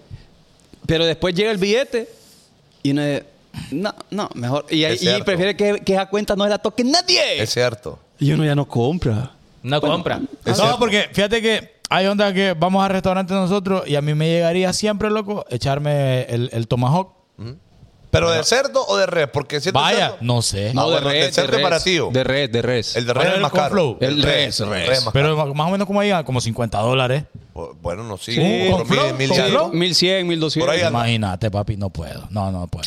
Pero después llega el billete y no no, no, mejor. Y, ahí-
Es
y
cierto.
prefiere que, que esa cuenta no la toque nadie.
Eh.
Es cierto.
Y uno ya no compra.
No compra.
Es
No,
cierto.
porque fíjate que hay onda que vamos al restaurante nosotros y a mí me llegaría siempre, loco, echarme el, el tomahawk.
Pero de cerdo o de res, porque si es de
Vaya,
cerdo-
no sé.
No, bueno, el cerdo es para ti, o.
De red, de res.
El de res
Pero
es
el
más caro.
Conflow.
El res, res.
res más
Pero más más o menos como digan, como 50 dólares.
caro. Bueno, no, sí.
Sí,
por
Conflow,
mil, mil y
Conflow.
algo.
1100, 1200.
Por ahí anda.
Imagínate, papi, no puedo. No, no puedo.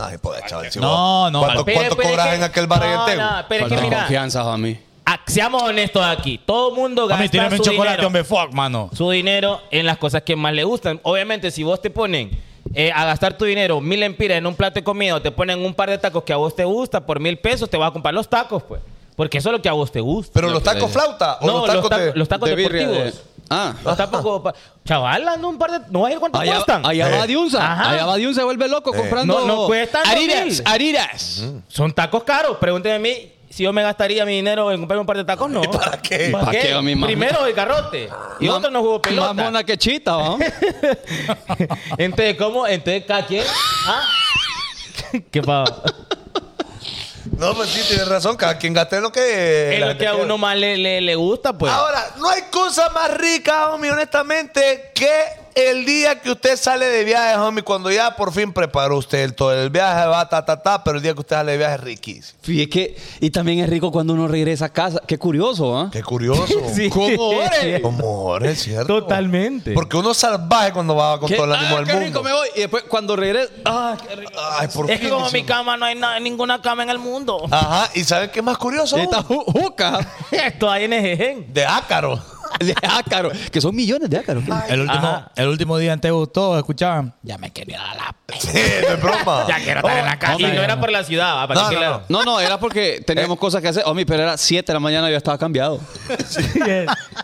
Ay, pues, chaval, si
No,
vos-
no,
¿Cuánto, cuánto
al-
Pero- pero
cobras
es que-
en aquel bar
No,
en Tegu?
no, pero es que
Falta
mira,
confianza, homie.
ah, seamos honestos aquí. Todo mundo
A mí,
gasta
tírame
su
un chocolate,
dinero.
hombre, fuck, mano.
su dinero en las cosas que más le gustan. Obviamente, si vos te ponen eh, a gastar tu dinero mil empiras en un plato de comida o te ponen un par de tacos que a vos te gusta por mil pesos, te vas a comprar los tacos, pues. Porque eso es lo que a vos te gusta.
¿Pero los
eh.
tacos flauta o
no,
los tacos de...?
los tacos
De birria,
deportivos.
de- Ah.
Los tacos como pa- Chaval, anda un par de. No vas a ir cuánto
Allá,
cuestan.
allá
Eh.
va Diunza.
Ajá.
Allá va Diunza, se vuelve loco comprando.
No, no cuestan dos
Ariras,
mil.
Ariras.
Son tacos caros. Pregúnteme a mí si yo me gastaría mi dinero en comprarme un par de tacos. No.
para qué?
¿Para
¿Para
qué?
qué, mi mamá?
Primero el garrote. Y
Mam-
otro no jugó pelota.
Más mona que chita, ¿va?
Entonces, ¿cómo? Entonces, ¿cada quien? ¿Ah? ¿Qué pasa?
No, pues sí, tienes razón. Cada quien gaste lo que...
Es
Eh, la
lo
gente
que a
quiera.
uno más le, le, le gusta, pues.
Ahora, no hay cosa más rica, homie, honestamente, que el día que usted sale de viaje, homie, cuando ya por fin preparó usted el, todo el viaje, va, ta, ta, ta, pero el día que usted sale de viaje es riquísimo.
Y, es que, y también es rico cuando uno regresa a casa. Qué curioso, ¿ah?
Qué curioso.
Sí.
¿Cómo ore?
Como ahora, es cierto.
Totalmente.
Porque uno es salvaje cuando va con
Qué-
todo el
ah,
ánimo
qué
del
rico
mundo.
me voy. Y después cuando regresa. Ah, qué rico.
Ay, por
es
fin,
que como en
dice
mi cama no hay nada- ninguna cama en el mundo.
uno. Ajá, ¿y saben qué es más curioso?
Esta ju- juca
Esto hay en Ejején.
De ácaro.
de ácaro. Que son millones de ácaros.
El último,
Ajá.
el último día en Tegu todos escuchaban. Ya me quiero ir a la p.
Sí, no es broma.
Ya quiero estar en la casa.
Y no era por la ciudad, va, para
Ah. No,
que
no,
claro.
No, no, era porque teníamos cosas que hacer. Homie, pero era 7 de la mañana y yo estaba cambiado.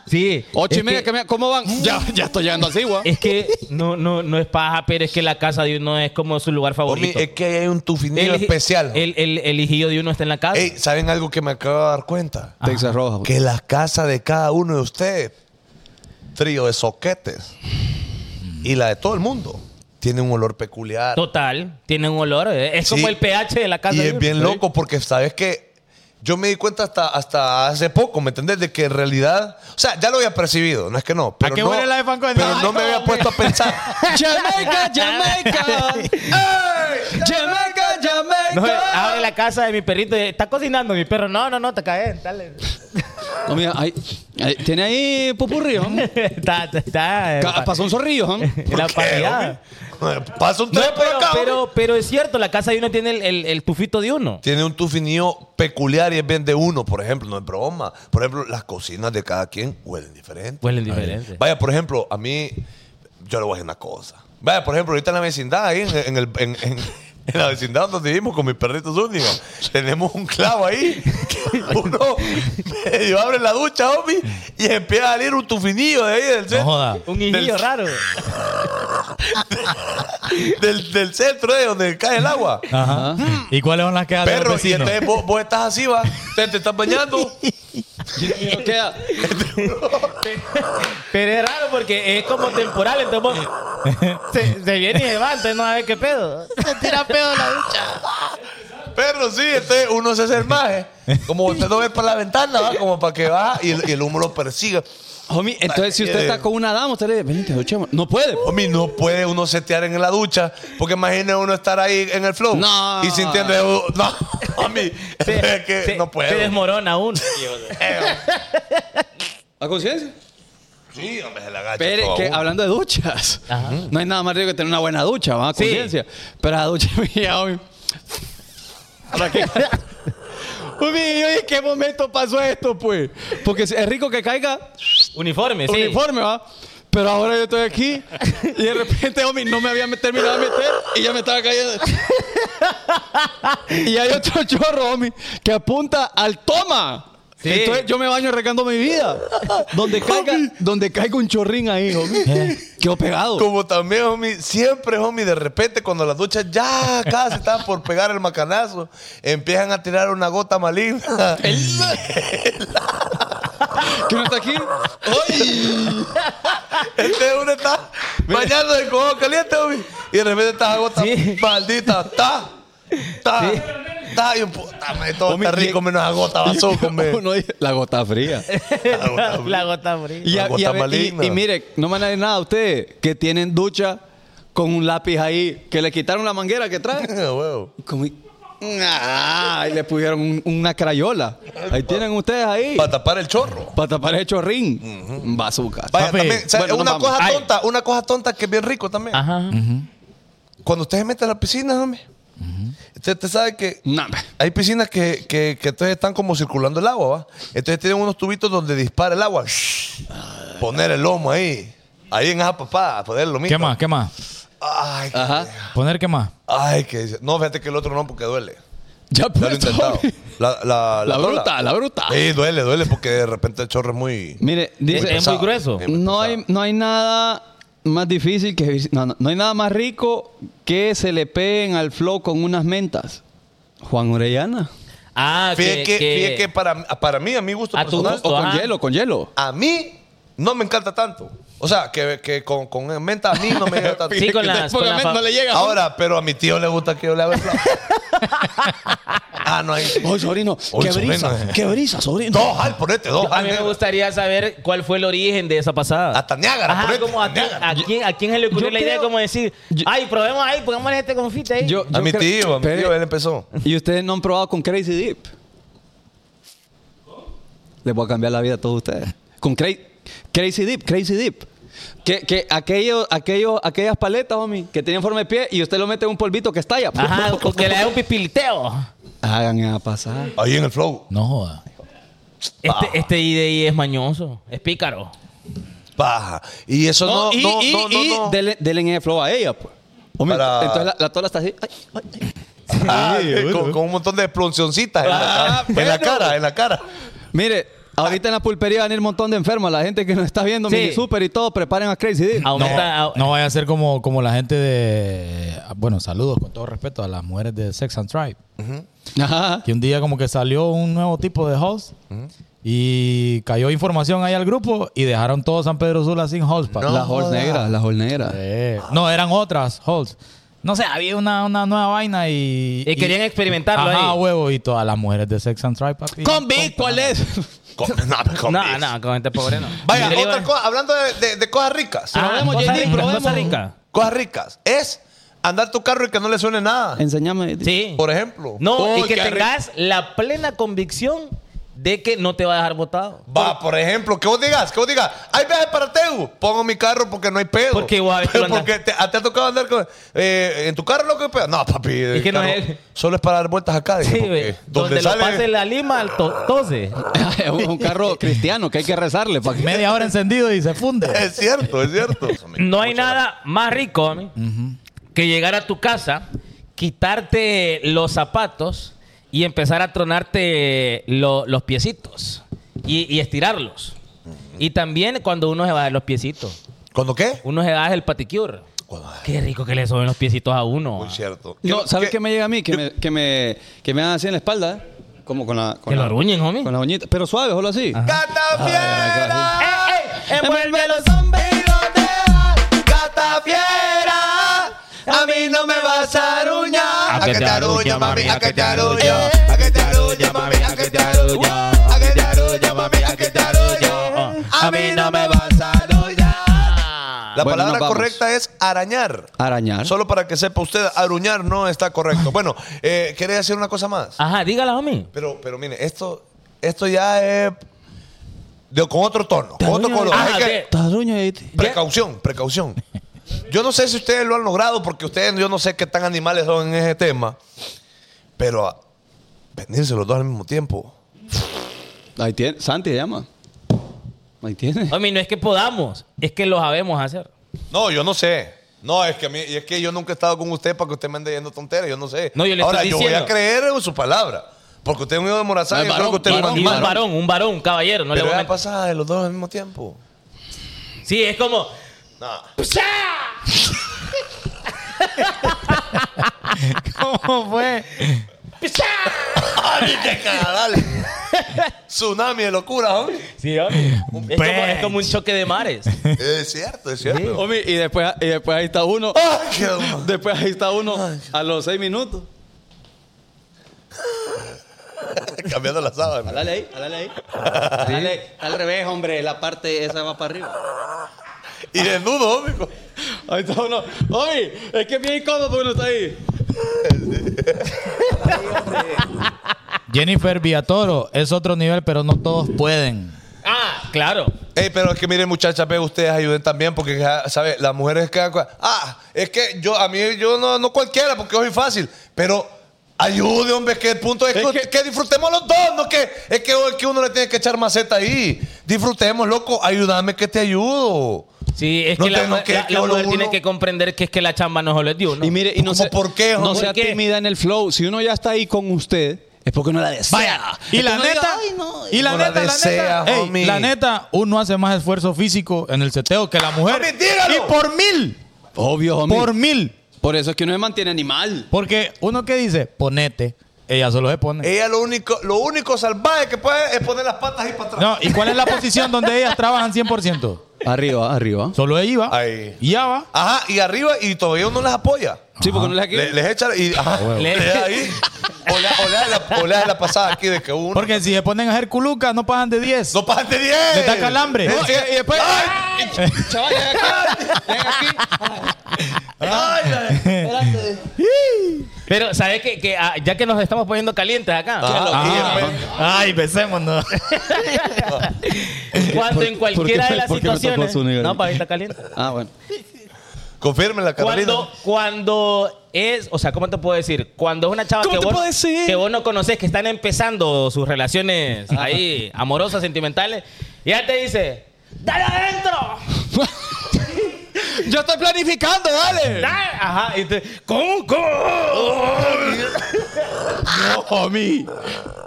Sí.
8 y
Es
media,
que-
cambiado. ¿cómo van? Ya, ya estoy llegando así, güey.
Es que no, no, no es paja, pero es que la casa de uno es como su lugar
Homie,
favorito.
es que ahí hay un tufinillo
hij-
especial.
El, el, el hijillo de uno está en la casa.
Ey, ¿saben algo que me acabo de dar cuenta?
Texas Roja. pues.
que la casa de cada uno de ustedes, trío de soquetes, y la de todo el mundo, tiene un olor peculiar.
Total. Tiene un olor. eh. Es
Sí.
como el pH de la casa
Y
de
es
uno.
bien loco porque sabes que yo me di cuenta hasta, hasta hace poco, ¿me entendés? De que en realidad, o sea, ya lo había percibido, no es que no. Pero
qué
no,
huele la de Franco de
Pero
Nada?
no me
Ay,
había
no,
puesto a pensar.
Jamaica, Jamaica. Ey, Jamaica, Jamaica.
No, eh, abre la casa de mi perrito. y, Está cocinando mi perro. No, no, no, te caes. Dale.
No, mira, ahí- ahí- tiene ahí popurrí, hombre.
está, está, está, eh,
Ca- Pasó un zorrillo, hombre.
en la
¿Qué,
parrillada.
homie? Pasa un
No,
tren por
pero,
acá. homie.
pero, pero es cierto, la casa de uno tiene el, el- el tufito de uno.
Tiene un tufinillo peculiar y es bien de uno, por ejemplo, no es broma. Por ejemplo, las cocinas de cada quien huelen diferente.
Huelen diferente.
Vaya, por ejemplo, a mí, yo le voy a decir una cosa. Vaya, por ejemplo, ahorita en la vecindad, ahí en, en el. en- en- En la vecindad donde vivimos con mis perritos únicos, tenemos un clavo ahí. que Uno medio abre la ducha, homie, y empieza a salir un tufinillo de ahí del
No
centro,
joda.
Un hijillo raro.
del, del centro de donde cae el agua.
Ajá. ¿Y cuáles son las que hacen los
Perro, y este
vecinos?
entonces vos, vos estás así, va, te, te estás bañando.
Queda.
Pero es raro porque es como temporal, entonces vos- se, se viene y se va, entonces no sabes qué pedo. Se tira pedo a la ducha.
Perro, sí, entonces uno se hace el maje. Como usted no ve para la ventana, va, como para que va y el, y el humo lo persiga.
Homie, entonces si usted está con una dama, usted le dice, venite, duchemos. No puede.
Homie, no puede uno setear en la ducha, porque imagina uno estar ahí en el flow
No.
y sintiendo. uh, No, homie, es que
se-
no Eh,
Se
puede.
desmorona uno.
¿A conciencia?
Sí, hombre, se la agacha.
Pero
todo
que
uno.
hablando de duchas, no hay nada más rico que tener una buena ducha, ¿va?
Sí.
Conciencia. Pero la ducha mía, hoy. ¿Para qué? Uy, oye, ¿qué momento pasó esto, pues? Porque es rico que caiga
Uniforme, sí.
uniforme, ¿va? Pero ahora yo estoy aquí y de repente, homie, no me había met- terminado de meter y ya me estaba cayendo. y hay otro chorro, homie, que apunta al toma.
Sí.
Entonces yo me baño regando mi vida. Donde caiga, donde caiga un chorrín ahí, homie. Quedó pegado.
Como también, homie, siempre, homie, de repente cuando las duchas ya casi están por pegar el macanazo, empiezan a tirar una gota maligna.
¿Quién está aquí? ¡Ay!
Este uno está bañando de cojo caliente, homie, y de repente está la gota
Sí.
maldita, está, está,
Sí.
está, y un puta, me todo
Homie,
está rico
y-
menos la gota, vaso, come.
Uno dice, la gota fría.
La gota,
La gota fría.
Y,
Una
a- y
gota
a ver- y-
maligna.
y mire, no me nadie nada a ustedes que tienen ducha con un lápiz ahí, que le quitaron la manguera que trae.
Eh, huevo.
Como- Ah, y le pusieron un- una crayola. Ahí tienen ustedes ahí.
Para tapar el chorro.
Para tapar el chorrín. Bazooka.
Vaya,
Papi.
también, ¿sabes?
Bueno, nos
una
vamos.
cosa
Ay.
tonta, una cosa tonta que es bien rico también.
Ajá.
Cuando usted se mete a la piscina, hombre, usted, usted sabe que
Nah, hombre.
hay piscinas que, que, que entonces están como circulando el agua, ¿va? Entonces tienen unos tubitos donde dispara el agua. Shhh. Poner el lomo ahí. Ahí en esa papada, poner el lomito.
¿Qué más? ¿Qué más?
Ay, qué-
Ajá.
¿Poner qué más?
ay, que No, fíjate que el otro no, porque duele.
Ya
Ya lo he
puesto.
intentado. La, la,
La
la rola.
bruta, la bruta.
Sí, duele, duele, porque de repente el chorro es muy.
Mire,
Es,
dice.
es muy grueso.
Sí.
No hay, no hay nada más difícil que. No, no, no hay nada más rico que se le peguen al flow con unas mentas. Juan Orellana.
Ah,
Fíjate que,
que,
fíjate que para, para mí, a mi gusto
A tu
personal,
gusto.
O con
Ajá.
hielo, con hielo.
a mí no me encanta tanto. O sea, que, que con, con menta a mí no me encanta tanto.
Sí, con las- con las fa-
no le llega.
Ahora, pero a mi tío le gusta que yo le haga el plato. ah, no hay.
Oh, sobrino,
Oh,
qué
sobrino. ah.
brisa, qué brisa, sobrino.
Dos al, ponete, dos
a
al.
mí me
negro.
gustaría saber cuál fue el origen de esa pasada.
Hasta Niágara,
Ajá,
ponete,
como a,
hasta
quién,
Niágara.
a, quién, a quién se le ocurrió
Yo
la idea
creo-
como decir,
yo-
ay, probemos ahí, pongámosle este confite ahí.
Yo-
A mi
creo-
tío, a mi
Espere.
tío, él empezó.
¿Y ustedes no han probado con Crazy Dip? Les voy a cambiar la vida a todos ustedes. Con Cra- Crazy Dip, Crazy Dip. Que, que aquello, aquello, aquellas paletas, homie, que tienen forma de pie y usted lo mete en un polvito que estalla. pues.
Ajá, o que le dé un pipiliteo.
Ah. Hagan a pasar.
Ahí en el flow.
No joda.
Este, este IDI es mañoso, es pícaro.
Paja. Y eso
No,
no.
y,
no,
y,
no, no,
y
no.
Denle, denle en el flow a ella, pues. Homie,
Para-
entonces la, la tola está así. Ay, ay, ay.
Ah, con, con un montón de ploncioncitas en, la-
Ah,
en la
bueno.
cara, en la cara.
Mire, ahorita en la pulpería van a ir un montón de enfermos. La gente que nos está viendo,
Sí.
mini super y todo, preparen a Crazy Dip.
No,
Aumenta. au-
no vaya a ser como, como la gente de. Bueno, saludos con todo respeto a las mujeres de Sex and Tribe.
Ajá.
Que un día como que salió un nuevo tipo de host y cayó información ahí al grupo y dejaron todo San Pedro Sula sin host. pa.
No
Las holes
joda.
negras, las holes negras.
Eh, no, eran otras hosts. No sé, había una, una nueva vaina y...
Y querían experimentarlo
Ajá,
ahí.
huevo. Y todas las mujeres de Sex and Tribe, papi.
Con Vic, ¿cuál es?
Con- no, con
No,
bis.
no, con gente pobre no.
Vaya,
Yo digo-
otra cosa, hablando de, de- de cosas ricas.
Ah,
Probemos,
cosa
JD,
rica,
probemos.
cosa rica.
Cosas ricas. Es andar tu carro y que no le suene nada.
Enseñame.
Sí.
Por ejemplo.
No,
Oh,
y que
qué rico.
tengas la plena convicción de que no te va a dejar botado.
Va, por ejemplo, que vos digas, que vos digas, hay viaje para Tegu, pongo mi carro porque no hay pedo.
Porque vos habés
Pero
que andar.
porque te, te ha tocado andar con, eh, en tu carro loco hay pedo. No, papi, el
que no
carro
es-
solo es para dar vueltas acá. dije,
Sí,
porque
güey. Donde,
sale-
lo pase la lima, al to- tose.
Es un carro cristiano que hay que rezarle. pa' que-
Media hora encendido y se funde.
Es cierto, es cierto.
No hay nada más rico homie, que llegar a tu casa, quitarte los zapatos y empezar a tronarte lo- los piecitos y, y estirarlos. Y también cuando uno se baja los piecitos.
¿Cuándo qué?
Uno se baja el paticure.
Cuando- ay,
Qué rico que le suben los piecitos a uno.
Muy
ah.
cierto.
No, ¿sabes qué
que
me llega a mí? Que me, que me, que me dan así en la espalda, ¿eh? como con la... Con
Que lo
la,
arruñen, homie.
Con la uñita, pero suave, solo así.
¡Catafiera!
¡Ey, ey!
Envuelve los
¡Pirotea! ¡Catafiera! A mí no me vas a aruñar.
A que te aruñe, mami,
a que te aruño. A que te aruño, mami, a que te aruño. A que te aruño, mami, a que te aruño. Uh, A mí no me vas a aruñar. La
Bueno, nos
palabra
vamos.
correcta es arañar.
Arañar.
Solo para que sepa usted, aruñar no está correcto. Bueno, eh, ¿querés decir una cosa más?
Ajá, dígala, homie.
Pero, pero mire, esto, esto ya es de- con otro tono, con otro color.
Ah,
Hay que-
de-
Te arruño y te-
precaución, precaución. Yo no sé si ustedes lo han logrado, porque ustedes, yo no sé qué tan animales son en ese tema, pero a- venirse los dos al mismo tiempo.
Ahí tiene. Santi se llama. Ahí tiene.
Homie, no es que podamos, es que lo sabemos hacer.
No, yo no sé. No, es que, a mí- y es que yo nunca he estado con usted para que usted me ande yendo tonteras, yo no sé.
No, yo le
Ahora,
estoy
yo voy a
diciendo.
creer en su palabra, porque usted es un hijo de Morazán
No,
y
es
yo creo
varón,
que usted es un
varón,
Y un
animal.
varón, un varón, un caballero, no le
Pero
voy a
era
mentir.
pasada de los dos al mismo tiempo.
Sí, es como.
Nah.
¿Cómo fue?
¡Ay, qué cagadal! Tsunami de locura, hombre.
Sí, homie. Es como,
pez.
es como un choque de mares.
Es cierto, es cierto.
Homie, y después, y después ahí está uno.
¡Ay, qué huma-
Después ahí está uno a los seis minutos.
Cambiando la sábana.
Dale ahí, dale ahí. Dale, al revés, hombre, la parte esa va para arriba.
Y desnudo, hombre. co-
Ahí está uno. Homie, es que es bien incómodo porque uno está ahí.
Jennifer Villatoro es otro nivel, pero no todos pueden.
Ah, claro.
Ey, pero es que miren, muchachas, ve, ustedes ayuden también porque, ja, ¿sabes? Las mujeres que... Ah, es que yo, a mí, yo no, no cualquiera porque hoy es fácil, pero ayude, hombre, es que el punto es,
Es
que,
que-
que disfrutemos los dos, no que es que, hoy que uno le tiene que echar maceta ahí. Disfrutemos, loco, ayúdame que te ayudo.
Sí, es
No
que la,
te- no
la-
crees
la
que
mujer
uno-
tiene que comprender que es que la chamba no solo es de uno.
Y mire, y no
¿Cómo
se,
por qué,
no
hombre?
sea
¿Por qué?
tímida en el flow. Si uno ya está ahí con usted, es porque uno la desea.
Vaya. Y la
Entonces no
neta,
diga, "Ay, no".
y la
No la
neta, la
desea,
neta, ey,
homie.
la neta, uno hace más esfuerzo físico en el seteo que la mujer.
Homie, dígalo.
Y por mil,
Obvio, homie.
por
Por,
mil.
eso es que uno se mantiene animal.
Porque uno que dice, ponete, ella solo se pone.
Ella lo único, lo único salvaje que puede es poner las patas ahí para atrás.
No, ¿y cuál es la posición donde ellas trabajan 100%?
Arriba, arriba.
Solo ella iba.
Ahí.
Y ya va.
Ajá, y arriba y todavía uno las apoya.
Sí, porque uno le aquí.
Le- les echa y ajá,
Le-
le da ahí. O le, o le da la, o le da la pasada aquí de que uno.
Porque si se ponen a hacer culuca, no pasan de 10.
No pasan de 10.
Le da calambre.
No, y, y después. ¡Ay!
Chaval, llega aquí. llega aquí.
ay, ay.
Pero, ¿sabes qué? Que, ah, ya que nos estamos poniendo calientes acá.
Ajá,
Ah.
y después-
Ay, besémonos.
Cuando en
¿Por- por qué
cualquiera de
me-
las
por qué me tocó
situaciones.
su nivel?
No, para estar caliente.
Ah, bueno.
Confírmela, Carolina.
Cuando, cuando es, o sea, ¿cómo te puedo decir? Cuando es una chava
¿Cómo
que
te
vos,
puedo decir?
que vos no conoces, que están empezando sus relaciones ahí, amorosas, sentimentales, y ella te dice, ¡dale adentro!
Yo estoy planificando, dale.
¡Dale! Ajá, y te, ¿cómo? ¿Cómo?
Homie.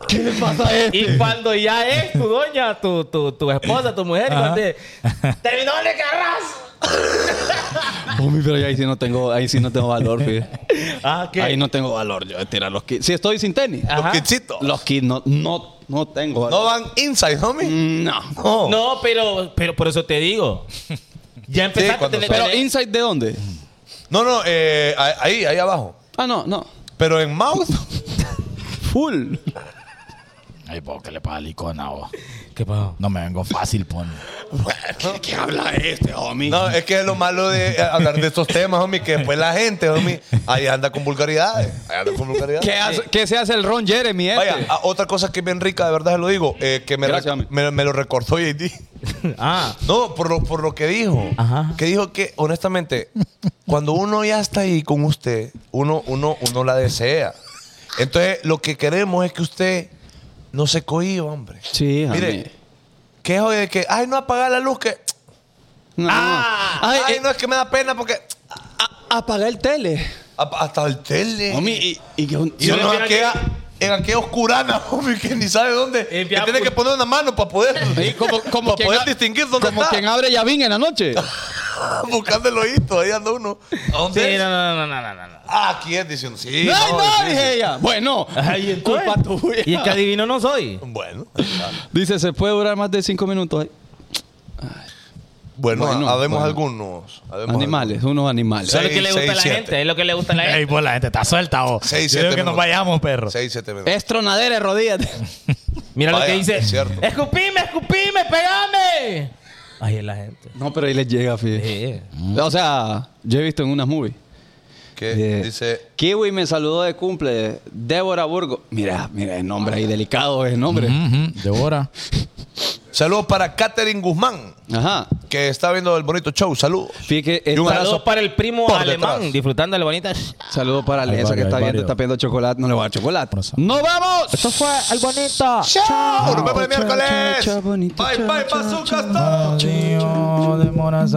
¿Qué le pasa a este?
Y cuando ya es tu doña, tu, tu, tu esposa, tu mujer, y
Ajá.
cuando te, ¡terminó de carras!
Homie, pero ya ahí sí no tengo, ahí sí no tengo valor, fíjate.
Ah, ¿qué?
Ahí no tengo valor yo de tirar los kits. Si estoy sin tenis.
Ah.
Los
Ajá.
kitsitos.
Los kits no, no, no tengo
No
valor. Mm,
van inside, homie.
No.
No.
No, pero, pero por eso te digo. Ya empezaste
cuando
a tener...
Pero inside de dónde?
No, no, eh, ahí, ahí abajo.
Ah, no, no.
Pero en mouth.
Full.
Ay, vos, que le pasa licona, vos.
¿Qué pasó?
No me vengo fácil, pone.
¿Qué, qué habla este, homie?
No, es que es lo malo de eh, hablar de estos temas, homie, que después la gente, homie, ahí anda con vulgaridades. Ahí anda con vulgaridades.
¿Qué, hace, qué se hace el Ron Jeremy este?
Vaya, a- otra cosa que es bien rica, de verdad se lo digo, eh, que me,
Gracias,
ra-
homie.
me, me lo recordó JD.
Ah,
No, por lo, por lo que dijo.
Ajá.
Que dijo que, honestamente, cuando uno ya está ahí con usted, uno, uno, uno la desea. Entonces, lo que queremos es que usted no se cohiba, hombre.
Sí, homie.
Mire, que es hoy de que, ay, no apagar la luz, que,
No.
Ah.
ay,
Ay, eh,
Ah. no, es que me da pena porque,
a- apaga el tele.
a- hasta el tele.
Homie, y, y que un-
Y uno
Yo le
hackea en aquella oscurana, homie, que ni sabe dónde.
Eh,
Que
Enviamos-
tiene que poner una mano para poder,
Sí, pues. como, como
para
quien
poder
a-
distinguir dónde
como
está.
quien abre llavín en la noche.
Buscando el oído, ahí anda uno. ¿A dónde
Sí,
es?
no, no, no, no, no, no, no.
Ah, aquí es, diciendo. Sí.
¡No,
no,
no!
sí,
Dije
sí.
ella. Bueno,
Ay, entonces,
culpa tuya.
Y el que adivino no soy.
Bueno, ahí está.
Dice, se puede durar más de cinco minutos. Ay,
bueno,
Bueno,
habemos
bueno.
algunos. habemos
Animales, unos animales.
Eso es lo que
Seis,
le gusta a la
seis,
gente. Es lo que le gusta a la
Ey,
gente.
pues la gente está suelta, vos.
Seis,
Yo
siete
digo que nos
minutos.
vayamos, perro.
algunos. Seis, siete minutos.
Es tronadera de rodillas.
Mira lo
Vaya,
que dice.
es cierto.
Escupime, escupime, pegame. Ay, es la gente.
No, pero ahí les llega, fíjate.
Sí.
O sea, yo he visto en unas movies.
¿Qué?
Eh,
Dice.
Kiwi me saludó de cumple. Débora Burgo. Mira, mira, el nombre ahí delicado, es nombre.
Ujú, Devora.
Saludos para Katherine Guzmán,
Ajá.
que está viendo el bonito show. Saludos.
Fíjate que
Y un
esta-
abrazo.
Saludos para el primo
por
alemán,
detrás.
disfrutando de la bonita.
Saludos para
Hay
Alexa que
varios,
está
hay
viendo,
varios.
está pidiendo chocolate. No le va a dar chocolate.
Por eso.
¡No vamos!
Eso fue al bonito.
Ah,
¡Chao! Nos vemos el
Chao, chao,
miércoles.
chao, bonito,
Bye,
chao,
bye,
chao,
bazookas.
chao.
todos.
Tío de Morazán.